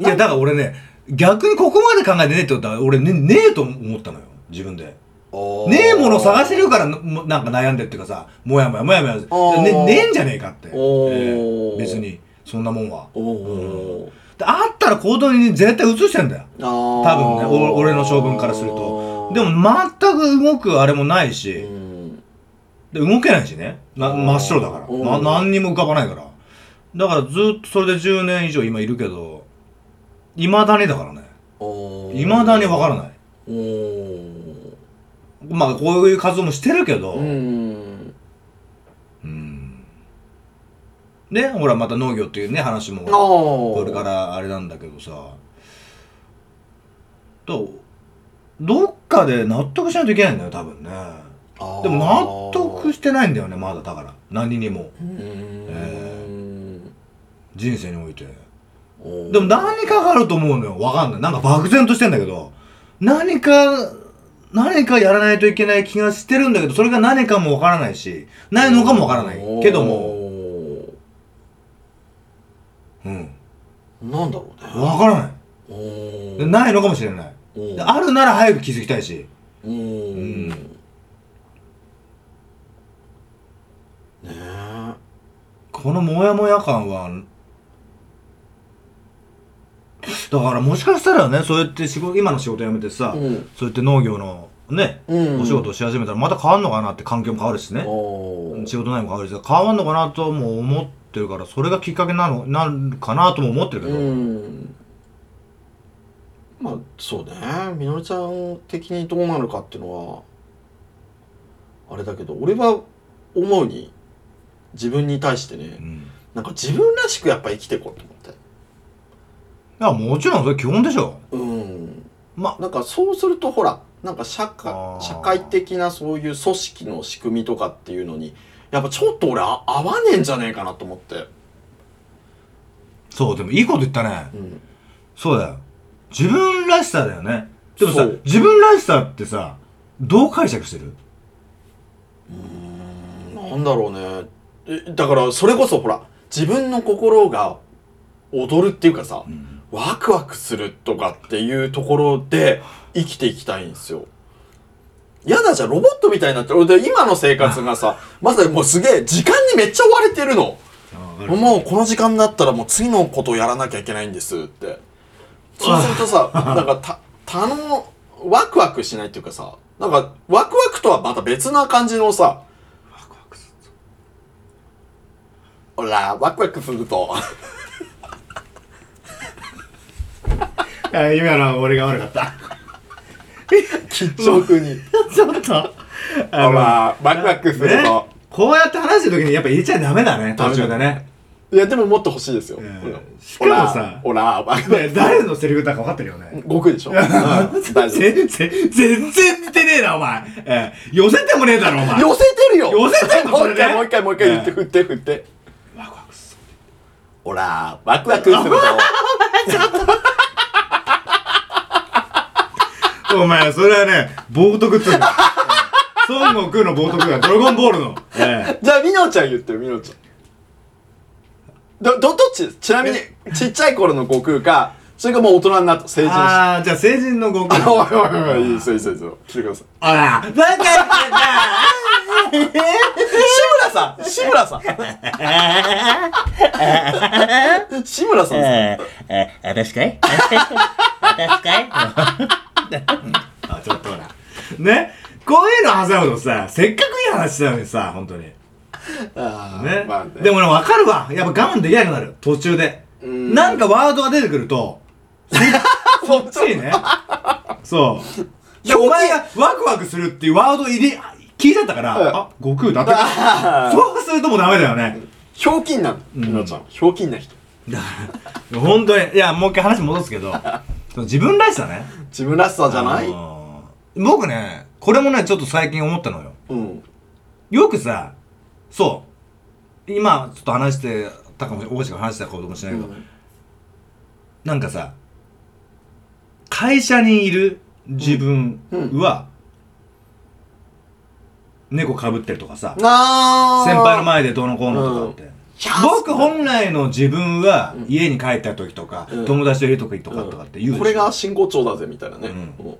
C: い
B: いやだから俺ね逆にここまで考えてねえってことは俺ねねえと思ったのよ自分でねえもの探してるからもなんか悩んでるっていうかさもやもやもやもや
C: ー
B: ねねえんじゃねえかって、
C: おー
B: ええ別にそんなもんは
C: おおー、
B: であったら行動に絶対移してんだよ
C: あー
B: 多分ねお俺の性分からするとでも全く動くあれもないし、
C: うん
B: で動けないしねな
C: うん
B: 真っ白だから
C: うん
B: な何にも浮かばないからだからずっとそれで10年以上今いるけどいまだにだからねいまだにわからない
C: おー
B: まあこういう活動もしてるけど、
C: うん
B: うんでほらまた農業っていうね話も
C: あー
B: これからあれなんだけどさどどっかで納得しないといけないんだよ多分ね
C: あー
B: でも納得してないんだよねまだだから何にも
C: うん、
B: え人生において
C: おー
B: でも何かがあると思うのよわかんないなんか漠然としてんだけど何か何かやらないといけない気がしてるんだけどそれが何かもわからないしないのかもわからないけども
C: お
B: うん
C: ーなんだろうね
B: わからない
C: おー
B: でないのかもしれない
C: おー
B: であるなら早く気づきたいし
C: うーん
B: うん
C: ねえ
B: このモヤモヤ感はだからもしかしたらねそうやって仕事今の仕事辞めてさ、
C: うん
B: そうやって農業のね、
C: うん
B: お仕事をし始めたらまた変わんのかなって環境も変わるしね
C: おー
B: 仕事内容も変わるし変わんのかなとも思ってるからそれがきっかけなのなるかなとも思ってるけど、
C: うんまあそうねみのりちゃん的にどうなるかっていうのはあれだけど俺は思うに自分に対して
B: う
C: ね
B: ん
C: なんか自分らしくやっぱ生きていこうと思って
B: いやもちろんそれ基本でしょ
C: うん
B: ま
C: なんかそうするとほらなんか社
B: あ
C: 会
B: ー
C: 社会的なそういう組織の仕組みとかっていうのにやっぱちょっと俺あ合わねえんじゃねえかなと思って、
B: そうでもいいこと言ったね
C: うん、
B: そうだよ自分らしさだよねでも
C: そ
B: さ
C: う
B: 自分らしさってさどう解釈してる
C: なんだろうねえだからそれこそほら自分の心が踊るっていうかさ、ワクワクするとかっていうところで生きていきたいんですよ。やだじゃんロボットみたいになって俺で今の生活 がさまさにもうすげえ時間にめっちゃ追われてるの。もうこの時間になったらもう次のことをやらなきゃいけないんですってそうする とさなんかた他のワクワクしないっていうかさなんかワクワクとはまた別な感じのさほらワクワクすると
B: あ今のは俺が悪かった
C: 緊張くに
B: ちょっと
C: ほらワクワクする
B: ね
C: と、
B: こうやって話してる時にやっぱ入れちゃダメだね
C: ダメ
B: 途
C: だ
B: 中でね
C: いやでももっと欲しいですよ、
B: うん
C: ほら
B: しかもさ
C: ほらほらワクワ
B: ね誰のセリフだか分かってるよね
C: ク悟空でしょ、うん、大丈夫
B: 全然全然似てねえなお前、ええ寄せてもねえだろお前
C: 寄せてるよ
B: 寄せてんの
C: も
B: そうれ
C: 一
B: ね
C: 回もう一回もう一回言って
B: え
C: 振って振って
B: ワクワクす
C: ほらワクワクすると
B: るお前それはね冒涜っ つうのええ孫悟空の冒涜だドラゴンボールの、え
C: じゃあみのちゃん言ってよみのちゃんどどどっちちなみにちっちゃい頃の悟空かそれかもう大人になった成
B: え
C: 人した
B: ああじゃあ成人の悟
C: あ
B: 空
C: おいおいおいいいですよいいですよいいですよ来てください
B: あらバカって
C: 志村さん志村さん志村さんです
D: ああ、私かい私かい
B: あちょっとほらねこういうの挟むとさせっかくいい話したのにさ本当に
C: あー
B: ね
C: まあね
B: でもね、わかるわ。やっぱ我慢できなくなる。途中で。
C: ん
B: なんかワードが出てくる と、そっちにね。そう。で、お前がワクワクするっていうワード入り、聞いちゃったから、
C: うん
B: あ、悟空だって。そうするともうダメだよね。
C: ひょうきんなのみのちゃんひょうきんな人
B: だから、本当に。いや、もう一回話戻すけど、その自分らしさね。
C: 自分らしさじゃない
B: うん僕ね、これもね、ちょっと最近思ったのよ。
C: うん
B: よくさ、そう。今、ちょっと話してたかもしれない。大橋が話してたことかもしれないけど、なんかさ、会社にいる自分は、猫かぶってるとかさ、
C: あー
B: 先輩の前でどうのこうのとかって。僕本来の自分は家に帰った時とか、
C: うん
B: 友達といる時とかとかって言うでしょ、
C: これが真骨頂だぜみたいなね、
B: うん
C: も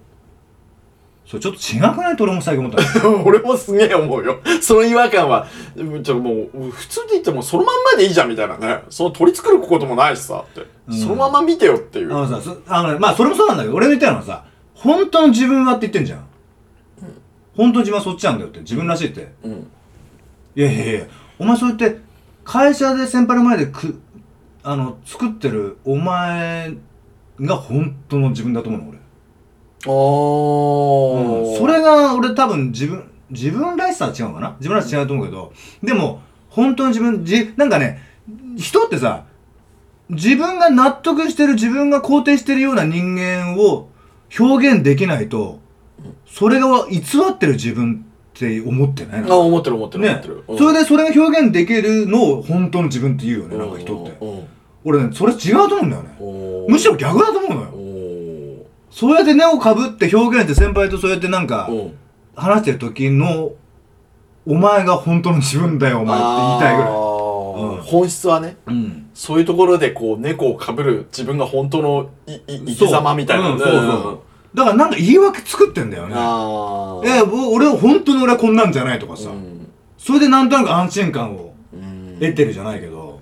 B: そうちょっと違くないと俺も最近思ったの
C: う 俺もすげえ思うよその違和感はちょっともう普通で言ってもそのまんまでいいじゃんみたいなねその取り繕うこともないしさって、
B: ん
C: そのまま見てよって いう、
B: あのさそあのね、まあそれもそうなんだけど俺が言ったのはさ本当の自分はって言ってんじゃん、本当の自分はそっちなんだよって自分らしいって、
C: うん
B: いやいやいや、お前そう言って、会社で先輩の前でく、あの、作ってるお前が本当の自分だと思うの、
C: あー
B: 俺。うん、それが俺多分自分、自分らしさは違うのかな自分らしさは違うと思うけど、でも、本当の自分、じ、なんかね、人ってさ、自分が納得してる、自分が肯定してるような人間を表現できないと、それが偽ってる自分って思ってないなん
C: あ
B: か
C: 思ってる思ってる思っ
B: ね
C: てる、、
B: それでそれが表現できるのを本当の自分って言うよ
C: う
B: ねなんか人って
C: うんうん
B: 俺ねそれ違うと思うんだよね
C: おー
B: むしろ逆だと思うの
C: お
B: よ
C: ー
B: そうやって根をかぶって表現って先輩とそうやってなんか
C: うん
B: 話してる時のお前が本当の自分だよお前って言いたいぐ
C: あ
B: らい
C: ー
B: うん
C: 本質はね
B: うん
C: そういうところでこう猫をかぶる自分が本当のいい生き様みたいな、
B: そう,、うん、そうそうだからなんか言い訳作ってんだよね
C: ああ
B: えぼ俺は本当の俺はこんなんじゃないとかさ、
C: うん
B: それでなんとなく安心感を
C: うん
B: 得てるじゃないけど、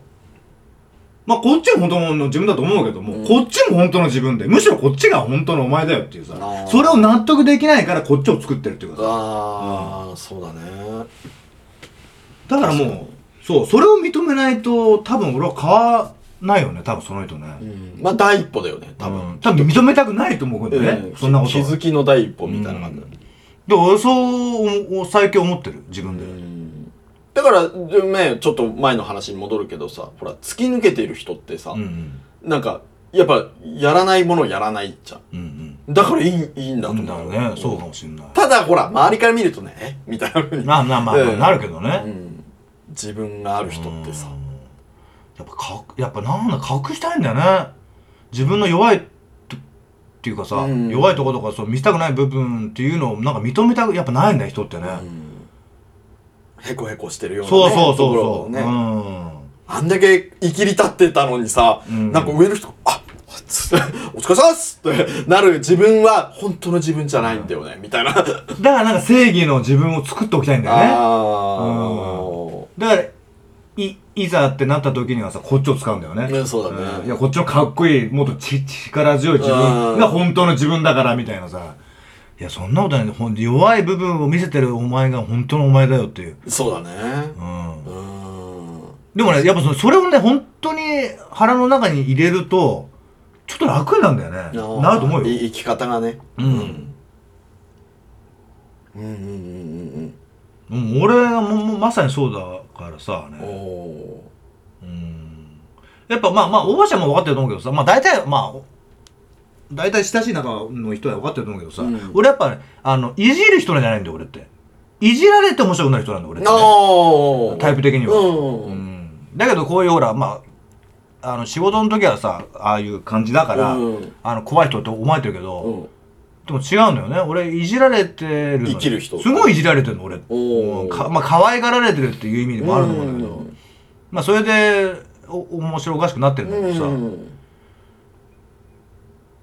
B: まあこっちも本当の自分だと思うけども、
C: うん
B: こっちも本当の自分で、むしろこっちが本当のお前だよっていうさ
C: あー、
B: それを納得できないからこっちを作ってるっていうかさ、
C: ああ、そうだね
B: だから
C: 確か
B: も
C: に
B: う、そう、それを認めないと多分俺は変わらないよね、多分その人
C: う
B: ね。
C: んまあ第一歩だよね多
B: 多
C: 分
B: 分、多分認めたくないと思うけどね、そんなこと
C: 気
B: は。
C: づきの第一歩みたいな感じだ,、
B: で、俺そうお、最近思ってる、自分で。
C: だからねちょっと前の話に戻るけどさほら突き抜けている人ってさ、
B: うんうん。
C: なんかやっぱやらないものやらないじゃん
B: うん
C: だからいいいいんだ
B: う
C: と
B: ん。
C: 思
B: なん
C: う
B: だろうね、そうかもしんない。
C: ただほら周りから見るとねえみたいなふうに、
B: まあまあまあ、
C: うん
B: なるけどね。
C: うん自分がある人ってさ
B: うんやっぱかやっぱなんだ隠したいんだよね自分の弱いとっていうかさ、
C: うん
B: 弱いとことかそう見せたくない部分っていうのをなんか認めたくやっぱないんだよ人ってね、
C: うんへこへこしてるような、ね、
B: そうそうそ
C: と
B: うそ
C: ころ
B: う、
C: ね、
B: うん
C: あんだけ生きり立ってたのにさ、
B: うん
C: なんか上の人が「あつってお疲れ様ですってなる自分は本当の自分じゃないんだよね、みたいな。
B: だからなんか正義の自分を作っておきたいんだよね。
C: あ
B: だから、い、いざってなった時にはさ、こっちを使うんだよね。
C: ねそうだね
B: んいや、こっちのかっこいい、もっとち力強い自分が本当の自分だから、みたいなさ。いや、そんなことないんだよほんと弱い部分を見せてるお前が本当のお前だよっていう。
C: あ。そうだね。
B: うん
C: う。ん。
B: でもね、やっぱそのそれをね、本当に腹の中に入れると、ちょっと楽になるんだよね。なると思うよ。
C: い生き方がね。
B: うん。
C: うんうんうん
B: うん俺がももまさにそうだからさ、ね
C: うんうん。お
B: うんやっぱまあまあ、おばあちゃんも分かってると思うけどさ、まあ大体、まあお、大体親しい中の人は分かってると思うけどさ、
C: うん
B: 俺やっぱ、ね、あの、いじる人なんじゃないんだよ、俺って。いじられて面白くなる人なんだよ、俺ってね、
C: お
B: タイプ的には、
C: うん
B: うんだけどこういうほら、まあ、あの、仕事の時はさ、ああいう感じだから、
C: うん
B: あの、怖い人って思われてるけど、
C: うん。
B: でも違うんだよね。俺、いじられてるのよ
C: 生きる人
B: すごいいじられてるの、俺。
C: おー
B: かまあ、可愛がられてるっていう意味でもあると思うんだけど。まあそれでお面白おかしくなってるんだけどさ、
C: うん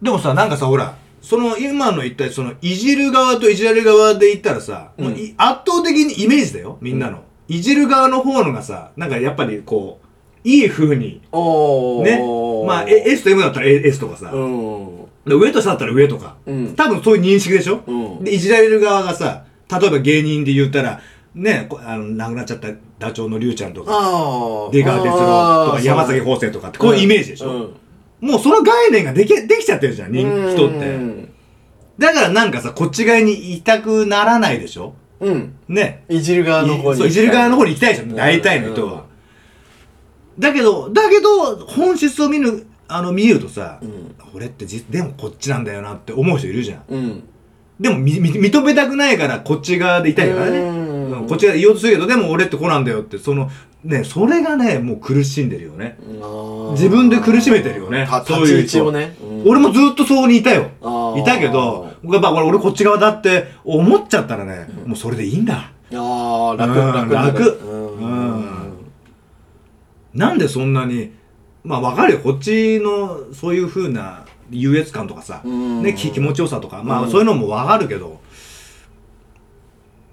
B: でもさなんかさほらその今の言ったそのいじる側といじられる側で言ったらさ、
C: うん
B: もうい圧倒的にイメージだよみんなの、いじる側の方のがさなんかやっぱりこういい風に
C: おー
B: ねまあ、え S と M だったら A- S とかさ、
C: うん
B: で上と下だったら上とか
C: うん
B: 多分そういう認識でしょ、
C: うん
B: でいじられる側がさ例えば芸人で言ったらねこあの亡くなっちゃったダチョウのリュウちゃんとか
C: ああ
B: 出川哲朗とか山崎
C: 法
B: 邦生とかってこういうイメージでしょ、もうその概念ができ、できちゃってるじゃん、人人って。だからなんかさ、こっち側にいたくならないでしょ
C: うん
B: ね。
C: いじる側の方に
B: そういじる側の方に行きたいじゃ、
C: うんん
B: 大体の人は。だけど、だけど、本質を見る、あの、見るとさ、
C: ん
B: 俺ってじ、でもこっちなんだよなって思う人いるじゃん。
C: うん
B: でも、み、み認めたくないから、こっち側でいたいからね。
C: うん
B: うんこっち側で言おうとするけど、でも俺ってこうなんだよって、その、ね、それがね、もう苦しんでるよね。自分で苦しめてるよね
C: た
B: そういう
C: 立ち位
B: 人
C: 置をね
B: 俺もずっとそうにいたよ。
C: も
B: いたけど、やっぱ俺俺こっち側だって思っちゃったらね、もうそれでいいんだ。
C: ああ楽
B: うん
C: 楽になる
B: 楽なんでそんなに、まあわかるよ、こっちのそういう風な優越感とかさ、
C: うん
B: ね、き気持ちよさとか、ま
C: う
B: あ
C: ん
B: そういうのもわかるけど、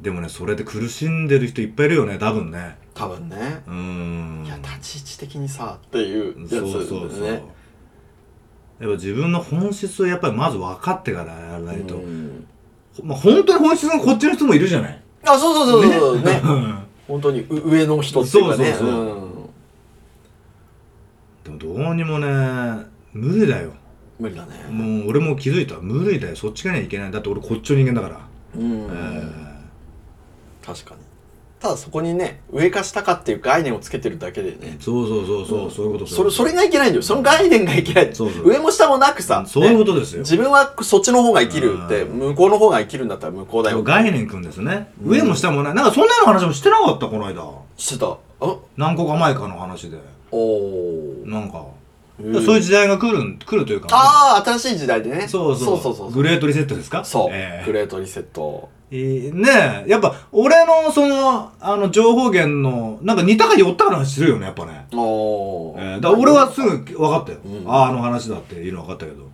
B: でもね、それで苦しんでる人いっぱいいるよね、多分ね。
C: 多分ね
B: うーん。
C: いや立ち位置的にさっていうやつ
B: そうそうそう。
C: ね
B: やっぱ自分の本質をやっぱりまず分かってからやらないと、
C: うん
B: まあ本当に本質のこっちの人もいるじゃない。
C: あそうそうそうそうね
B: うん
C: 本当にう上の人っていうかね
B: そうそうそう
C: う ん
B: でもどうにもね無理だよ
C: 無理だね
B: もう俺も気づいた無理だよそっちがにはいけないだって俺こっちの人間だから、
C: うん
B: え
C: 確かにただそこにね上か下かっていう概念をつけてるだけでね
B: ーそうそうそうそう、そういうこと
C: それそ
B: れ
C: れがいけないんだよその概念がいけない
B: そうそう
C: 上も下もなくさ
B: そういうこ
C: ね
B: とですよ、
C: 自分はそっちの方が生きるって
B: うん
C: 向こうの方が生きるんだったら向こうだよ
B: 概念くんですね、
C: うん
B: 上も下もないなんかそんなの話もしてなかったこの間
C: してたあ
B: 何個か前かの話で
C: おお
B: なんか、そういう時代が来るん来るというか、
C: ああ新しい時代でね
B: そうそう
C: そうそうそ
B: グ
C: う
B: レートリセットですか
C: そう
B: え
C: グ
B: ー
C: レートリセット
B: えーねえやっぱ俺のそのあの情報源のなんか似たか寄ったかの話するよねやっぱね
C: おお
B: えーだから俺はすぐ分かったよ、
C: うん
B: あああの話だっていうの分かったけど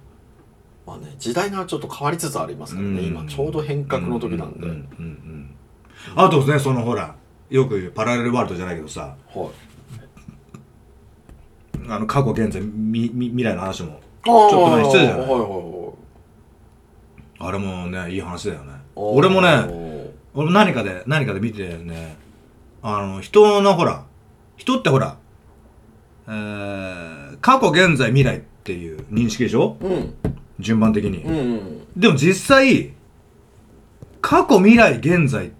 C: まあね時代がちょっと変わりつつありますからね
B: うん
C: 今ちょうど変革の時なんで
B: ううんうんうんあとねそのほらよく言うパラレルワールドじゃないけどさ
C: はい
B: あの過去現在みみ未来の話も
C: ちょ
B: っと前にしてたじゃない
C: はいはいはい
B: あれもねいい話だよね
C: おー
B: 俺もね俺も何かで何かで見てねあの人のほら人ってほら、えー、過去現在未来っていう認識でしょ
C: うん
B: 順番的に、
C: うんうん
B: でも実際、過去、未来、現在っ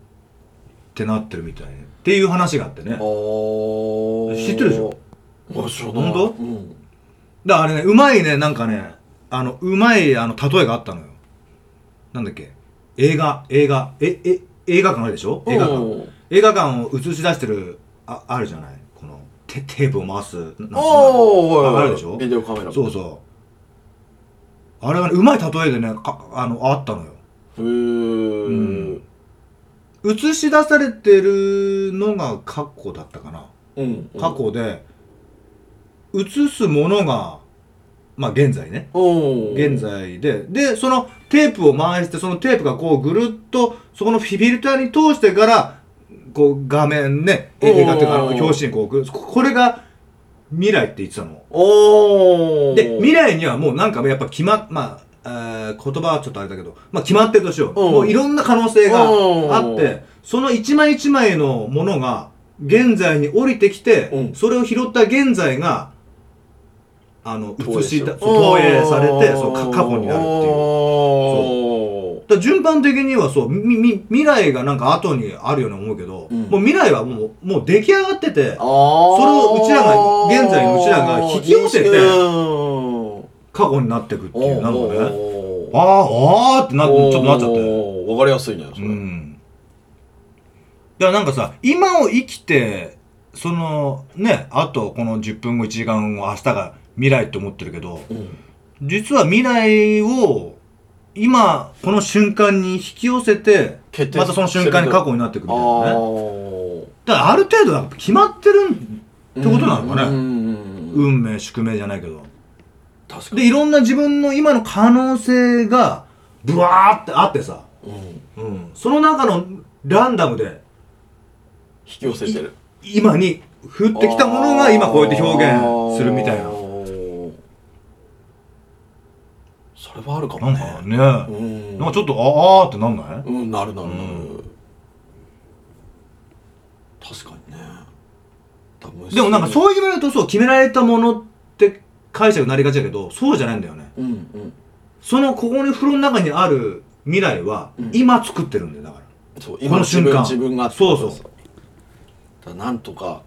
B: てなってるみたいね。っていう話があってね。だか
C: おー
B: 知ってるでしょ
C: あ知らない
B: 本当
C: うん
B: らあれね、うまいね、なんかね、あの、うまい、あの、例えがあったのよ。なんだっけ映画、映画、え、え、映画館あるでしょ映画館。
C: うん
B: 映画館を映し出してる、あ、あるじゃないこの、テテープを回す。なんか
C: おー
B: わ
C: は
B: か
C: いはい
B: るでしょ
C: ビデオカメラ
B: そうそう。あれはね、うまい例えでね、かあの、あったのよ。
C: うへー
B: うん映し出されてるのが過去だったかな。
C: うん
B: 過去で、映すものがまあ現在ね
C: おー
B: 現在ででそのテープを回してそのテープがこうぐるっとそこのフィルターに通してからこう画面ねえ映画っていうかあの
C: おー
B: 表紙にこう送るここれが未来って言ってたの
C: おー
B: で未来にはもうなんかやっぱ決ままあえー言葉はちょっとあれだけど、まあ、決まってるとしよう
C: うん
B: もういろんな可能性が
C: うん
B: あってその一枚一枚のものが現在に降りてきて、
C: うん
B: それを拾った現在があの
C: 投
B: 映
C: 影し
B: し
C: ち
B: 出
C: ゃう
B: 投影されて
C: おー
B: そうか過去になるっていう。
C: お
B: だ
C: ー
B: から順番的にはそうみみ未来がなんか後にあるように思うけど、
C: うん
B: もう未来はもうもう出来上がってて
C: あー
B: それをうちらが現在のうちらが引き寄せて
C: うん
B: 過去になってくっていうなんかね
C: おー
B: あああーってなちょっとなっちゃったよ
C: おーわかりやすいねそれ、
B: うんだからなんかさ今を生きてそのねあとこの10分後1時間後明日が未来って思ってるけど
C: うん
B: 実は未来を今この瞬間に引き寄せて
C: 決定
B: またその瞬間に過去になってくみたいなね
C: ー
B: だからある程度なんか決まってるんってことなのかね
C: うんうんうん
B: 運命宿命じゃないけど
C: 確かに
B: でいろんな自分の今の可能性がブワーってあってさ、
C: うん引
B: うん、その中のランダムで
C: き寄せてる
B: 今に降ってきたものが今こうやって表現するみたい
C: あ
B: な。
C: ーそれはあるかも
B: なんかね、
C: ね
B: なん
C: う
B: か
C: ん
B: ちょっとああーってなんない
C: うんなるなるなる、
B: うん
C: 確かにねだから
B: でもなんかそう言われるとそう決められたものって解釈になりがちだけど、そうじゃないんだよね。
C: うんうん
B: そのここに風呂の中にある未来は
C: うん
B: 今作ってるんだよ、だから。
C: そう
B: こ
C: 今
B: の
C: の瞬
B: 瞬
C: 間
B: 間
C: 自分が
B: そうそう
C: だからなんとか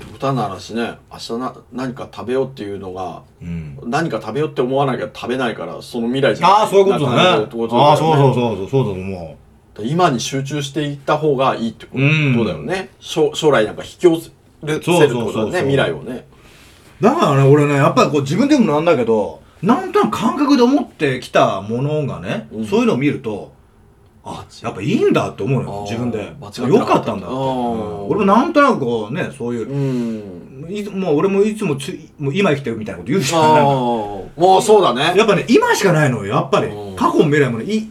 C: 極端な話ね明日な何か食べようっていうのが
B: うん。
C: 何か食べようって思わなきゃ食べないからその未来じゃない
B: ああ、そういうことだね。あ
C: な
B: あ
C: んか
B: ー、そう
C: だよね
B: そうそうそう、そうだと思
C: だから今に集中していった方がいいってことだ
B: うん
C: よね、将将来なんか引き寄せるってことだよね
B: そうそうそうそう
C: 未来をね
B: う。だからね、俺ね、やっぱりこう自分でもなんだけど、なんとなく感覚で思ってきたものがね、
C: うん
B: そういうのを見ると、あ、やっぱいいんだって思うの
C: あ
B: よ
C: ー、
B: 自分で
C: 間違っ。てなかった
B: よかったんだって。う
C: あー
B: ん俺もなんとなくこうね、そういうう、
C: ん
B: いつもう俺もいつもついもう今生きてるみたいなこと言うじ
C: あ
B: ゃ
C: あ
B: ん。
C: もうそうだね
B: やっぱね、今しかないのよ、やっぱり
C: うん。
B: 過去も未来もね、い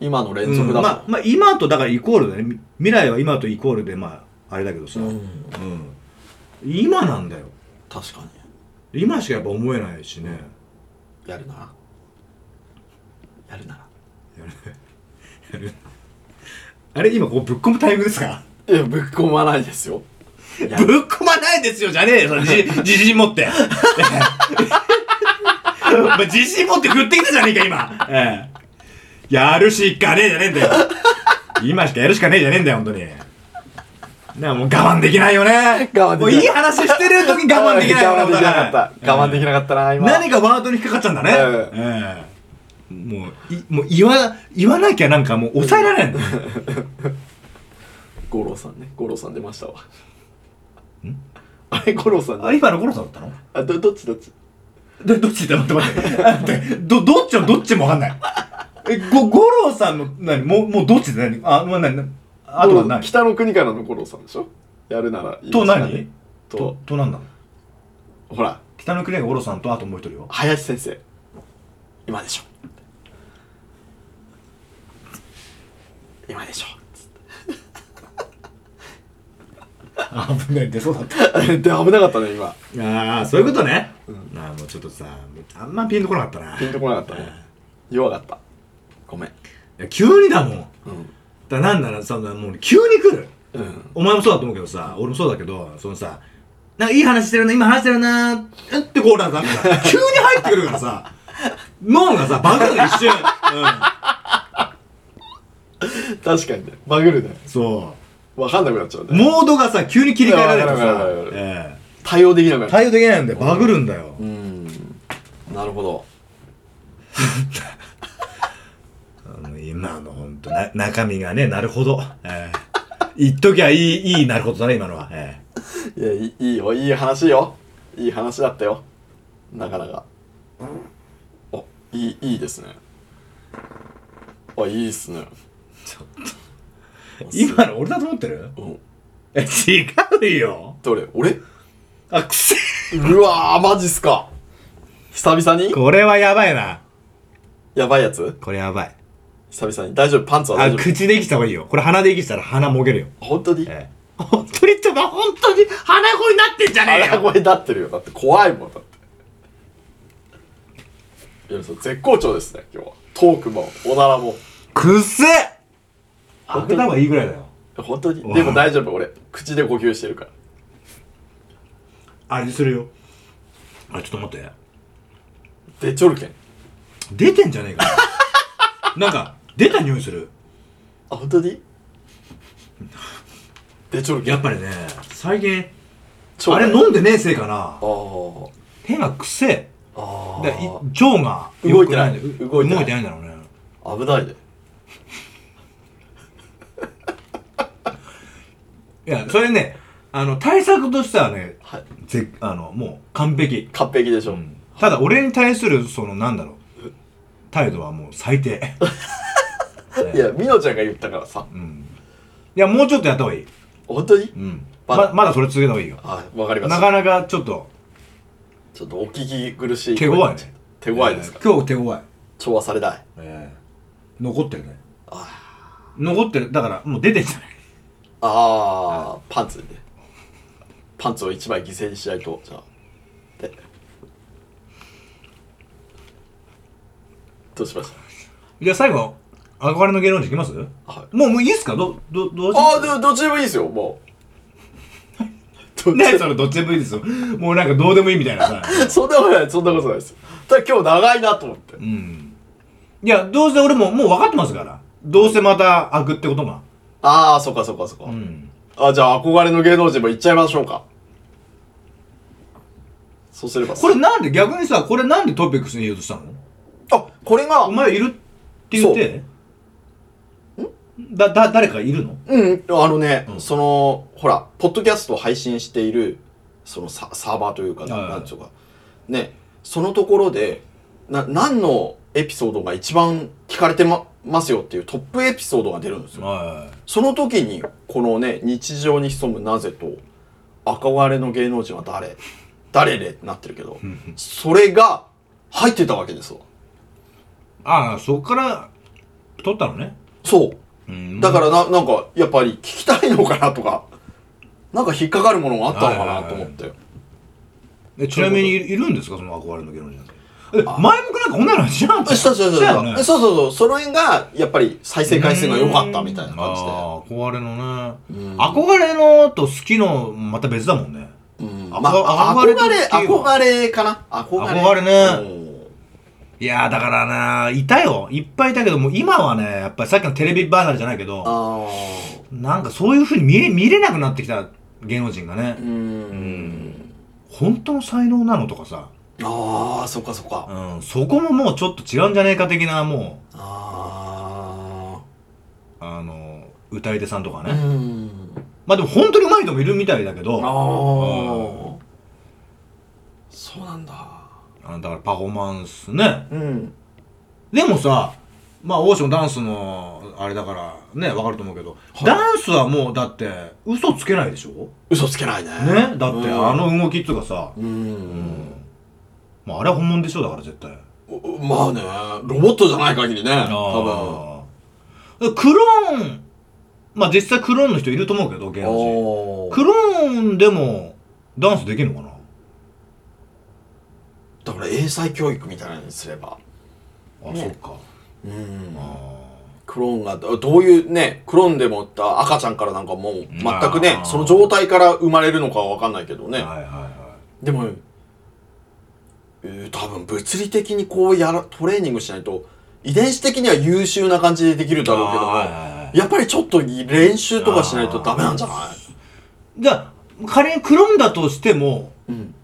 C: 今の連
B: うん
C: 続だと、
B: まあ、まあ、今とだからイコールだね。み未来は今とイコールで、まあ、あれだけどさ。
C: う
B: うん。
C: ん
B: 今なんだよ。
C: 確かに
B: 今しかやっぱ思えないしね。
C: やるならやるなら
B: あれ、今こうぶっ込むタイミングですか
C: いや、ぶっ込まないですよ。
B: ぶっ込まないですよ、じゃねえよ、それ自 信自信持って。 ええお前自信持って振ってきたじゃねえか、今。ええやるしかねえじゃねえんだよ。今しかやるしかねえじゃねえんだよ、本当に。なあ、もう我慢できないよね。
C: 我慢できない
B: もういい話してる時に我慢できないよ
C: 我慢できなかった。我慢でき
B: い。
C: なかったな、今。
B: 何かワードに引っかかっちゃうんだね。
C: え
B: ええもう、い、もう言わ、言わなきゃなんかもう抑えられないんだよ。
C: 五郎さんね。五郎さん出ましたわ。あれ、五郎さん
B: あ、
C: ね。
B: 今の頃さんだったの
C: あ、ど、どっちどっち
B: で、どっちだ待って待って 待って。ど、どっちもどっちもわかんない。え、ご、五郎さんの、なに、もう、もうどっちだ何あ、まあ、なに、あとは
C: 五郎
B: 何
C: 北の国からの五郎さんでしょやるならいいです
B: と
C: かね
B: 何と
C: と、、
B: となんだ
C: ほら、
B: 北の国が五郎さんと、あともう一人は。
C: 林先生。今でしょ。今でしょ。 つって
B: あ、危ない、出そうだった。
C: あれで、危なかったね、今。
B: ああ、そういうことね。あーもうちょっとさ、あんまピンとこなかったな。
C: ピンとこなかったね。弱かった。ごめん。
B: いや、急にだもん。だか
C: う
B: ら
C: ん。
B: なんだろう、その、もう急に来る。
C: うん。
B: お前もそうだと思うけどさ、俺もそうだけど、そのさ、なんかいい話してるな、今話してるな、うんってこうなんかさ、急に入ってくるからさ、脳がさ、バグるの一瞬。う
C: 確かにね。バグるね。
B: ん。そ
C: わかんなくなっちゃう
B: う。
C: ね。
B: モードがさ、急に切り替えられるから
C: いやわか
B: さ
C: るわかるわか、る
B: え
C: 対応できなくな
B: え
C: っちゃう。
B: 対応できないんだよ。バグるんだよ
C: う。ん。なるほど。
B: あの今のほんと、な、中身がね、なるほど。ええ。言っときゃいい、いいなるほどだね、今のは。え
C: いや、いいいよ。いい話よ。いい話だったよ。なかなか。お、いい、いいですね。あ、いいっすね。
B: え。今の俺だと思ってる
C: うん。
B: え、違うよ。
C: どれ俺
B: あ、くせえ
C: うわー、マジっすか。久々に
B: これはやばいな。
C: やばいやつ
B: これやばい。
C: 久々に。大丈夫パンツは
B: あ
C: 大、丈
B: 口できた方がいいよ。これ鼻できしたら鼻もげるよ。
C: 夫本当に
B: ええ。本当にってば、本当に鼻声になってんじゃねえ
C: 腹
B: よ。
C: 声だってるよ。だって怖いもんだって。いや、そう、絶好調ですね、今日は。トークも、おならも。
B: くっせ開けた方がいいぐらいだよ。
C: 本当に。でも大丈夫、俺。口で呼吸してるから。
B: あれするよ。あ、ちょっと待って。
C: 出ちょるけん。
B: 出てんじゃねえかよ。 なんか、出た匂いする。
C: あ、本当に出ちょるけん。
B: やっぱりね、最近、
C: ちょ
B: あ
C: うだ
B: れ
C: い
B: 飲んでねえせいかな
C: あ。ー
B: 手がくせえ。
C: あ
B: だからい
C: ー。
B: 腸が
C: 動いてない
B: 良く
C: 動
B: 動
C: い
B: い
C: て
B: て
C: ない
B: ないんだろうね。
C: 危ないで。
B: いや、それね、あの、対策としてはね、
C: はい。
B: ぜあの、もう完璧。
C: 完璧でしょ。
B: ただ、俺に対する、その、なんだろう、態度はもう最低。
C: いや、みのちゃんが言ったからさ。
B: うん。いや、もうちょっとやった方がいい。
C: 本当に
B: うん。
C: ま
B: ま
C: だ
B: まだそれ続けた方がいいよ。
C: はい、わかりま
B: な
C: した。
B: かなかちょっと、
C: ちょっとお聞き苦しい。
B: 手強いね。
C: 手強いですか。
B: えー今日手強い。
C: 調和されない。
B: ええ残ってるね。
C: あ
B: 残ってる。だから、もう出てんじゃない
C: ーあー、パンツにね。パンツを一枚犠牲にしないと、じゃあ。で。どうしました
B: じゃあ最後、憧れの芸能人いきますも、
C: はいう
B: もういいっすかど、ど、どうします
C: ああ、でもどっちでもいいですよ、もう。どっち
B: ね
C: で
B: それどっちでもいいですよ。もうなんかどうでもいいみたいなさ。
C: そんなことない、そんなことないです。ただ今日長いなと思って
B: う。ん。いや、どうせ俺ももう分かってますから。どうせまた開くってことが。
C: ああ、そっかそっかそっか。
B: うん。
C: あ、じゃあ憧れの芸能人も行っちゃいましょうか。そうすれば
B: これなんで、逆にさ、これなんでトピックスに言うとしたの
C: あ、これが
B: お、前いるって言って。だ、だ、誰かいるの
C: うん、あのね、
B: うん
C: その、ほら、ポッドキャストを配信している、そのササーバーというか、
B: はいはい
C: なんていうか、ね、そのところで、な、何のエピソードが一番聞かれてま、ますよっていうトップエピソードが出るんですよ。
B: は
C: その時に、このね、日常に潜むなぜと、憧れの芸能人は誰誰でってなってるけど、それが入ってたわけですわ。
B: ああ、そっから、撮ったのね。
C: そう。
B: うん
C: だからな、なんか、やっぱり聞きたいのかなとか、なんか引っかかるものがあったのかなと思って。
B: えちなみにいるいるんですかその憧れの芸能人ってえ前向くなんかこんなの知らなかった
C: えしたしたし
B: した
C: た
B: よね
C: えそうそうそう。その辺が、やっぱり再生回数が良かったみたいな感じ
B: ああ憧れのね
C: で。うん
B: 憧れのと好きのまた別だもんね
C: うん
B: あ
C: まあ、
B: 憧れと
C: 憧れ、
B: 好きよ
C: 憧れかな憧れ。
B: 憧れね
C: うん
B: いやーだからないたよいっぱいいたけどもう今はねやっぱりさっきのテレビ離れじゃないけど
C: あ
B: なんかそういうふうに見れ見れなくなってきた芸能人がね
C: あ。うん。
B: 本当の才能なのとかさ、
C: ああ、そっかそっか。
B: うん、そこももうちょっと違うんじゃねえか的なもう
C: あ
B: あの歌い手さんとか
C: あ。
B: ね、
C: うん。
B: まあでも本当に上手い人もいるみたいだけど
C: ああ。そうなんだ。
B: あのだからパフォーマンスね
C: うん。
B: でもさまあオーションダンスのあれだからねわかると思うけど、
C: はい
B: ダンスはもうだって嘘つけないでしょね
C: 嘘つけないね。
B: だってあ
C: う
B: の
C: ん
B: 動きっつうかさ、
C: う
B: うん
C: ん。
B: まあ、あれは本物でしょだから絶対
C: まあね、ロボットじゃない限りね、多
B: 分クローンまあ実際クローンの人いると思うけど芸
C: 分。
B: 能
C: お
B: 人
C: ー
B: クローンでもダンスできるのかな
C: だから英才教育みたいなのにすれば。
B: あ、
C: ね
B: そっか
C: うん
B: あ。
C: クローンが、どういうね、クローンでもった赤ちゃんからなんかもう全くね
B: あ、ー
C: その状態から生まれるのかはわかんないけど
B: ー
C: ね。
B: はいはいは
C: でも、えー多分物理的にこうやら、トレーニングしないと、遺伝子的には優秀な感じでできる
B: い
C: だろうけども
B: あーはいはいはい
C: やっぱりちょっと練習とかしないとダメなんじゃな
B: じゃあ仮にクローンだとしても
C: いうん。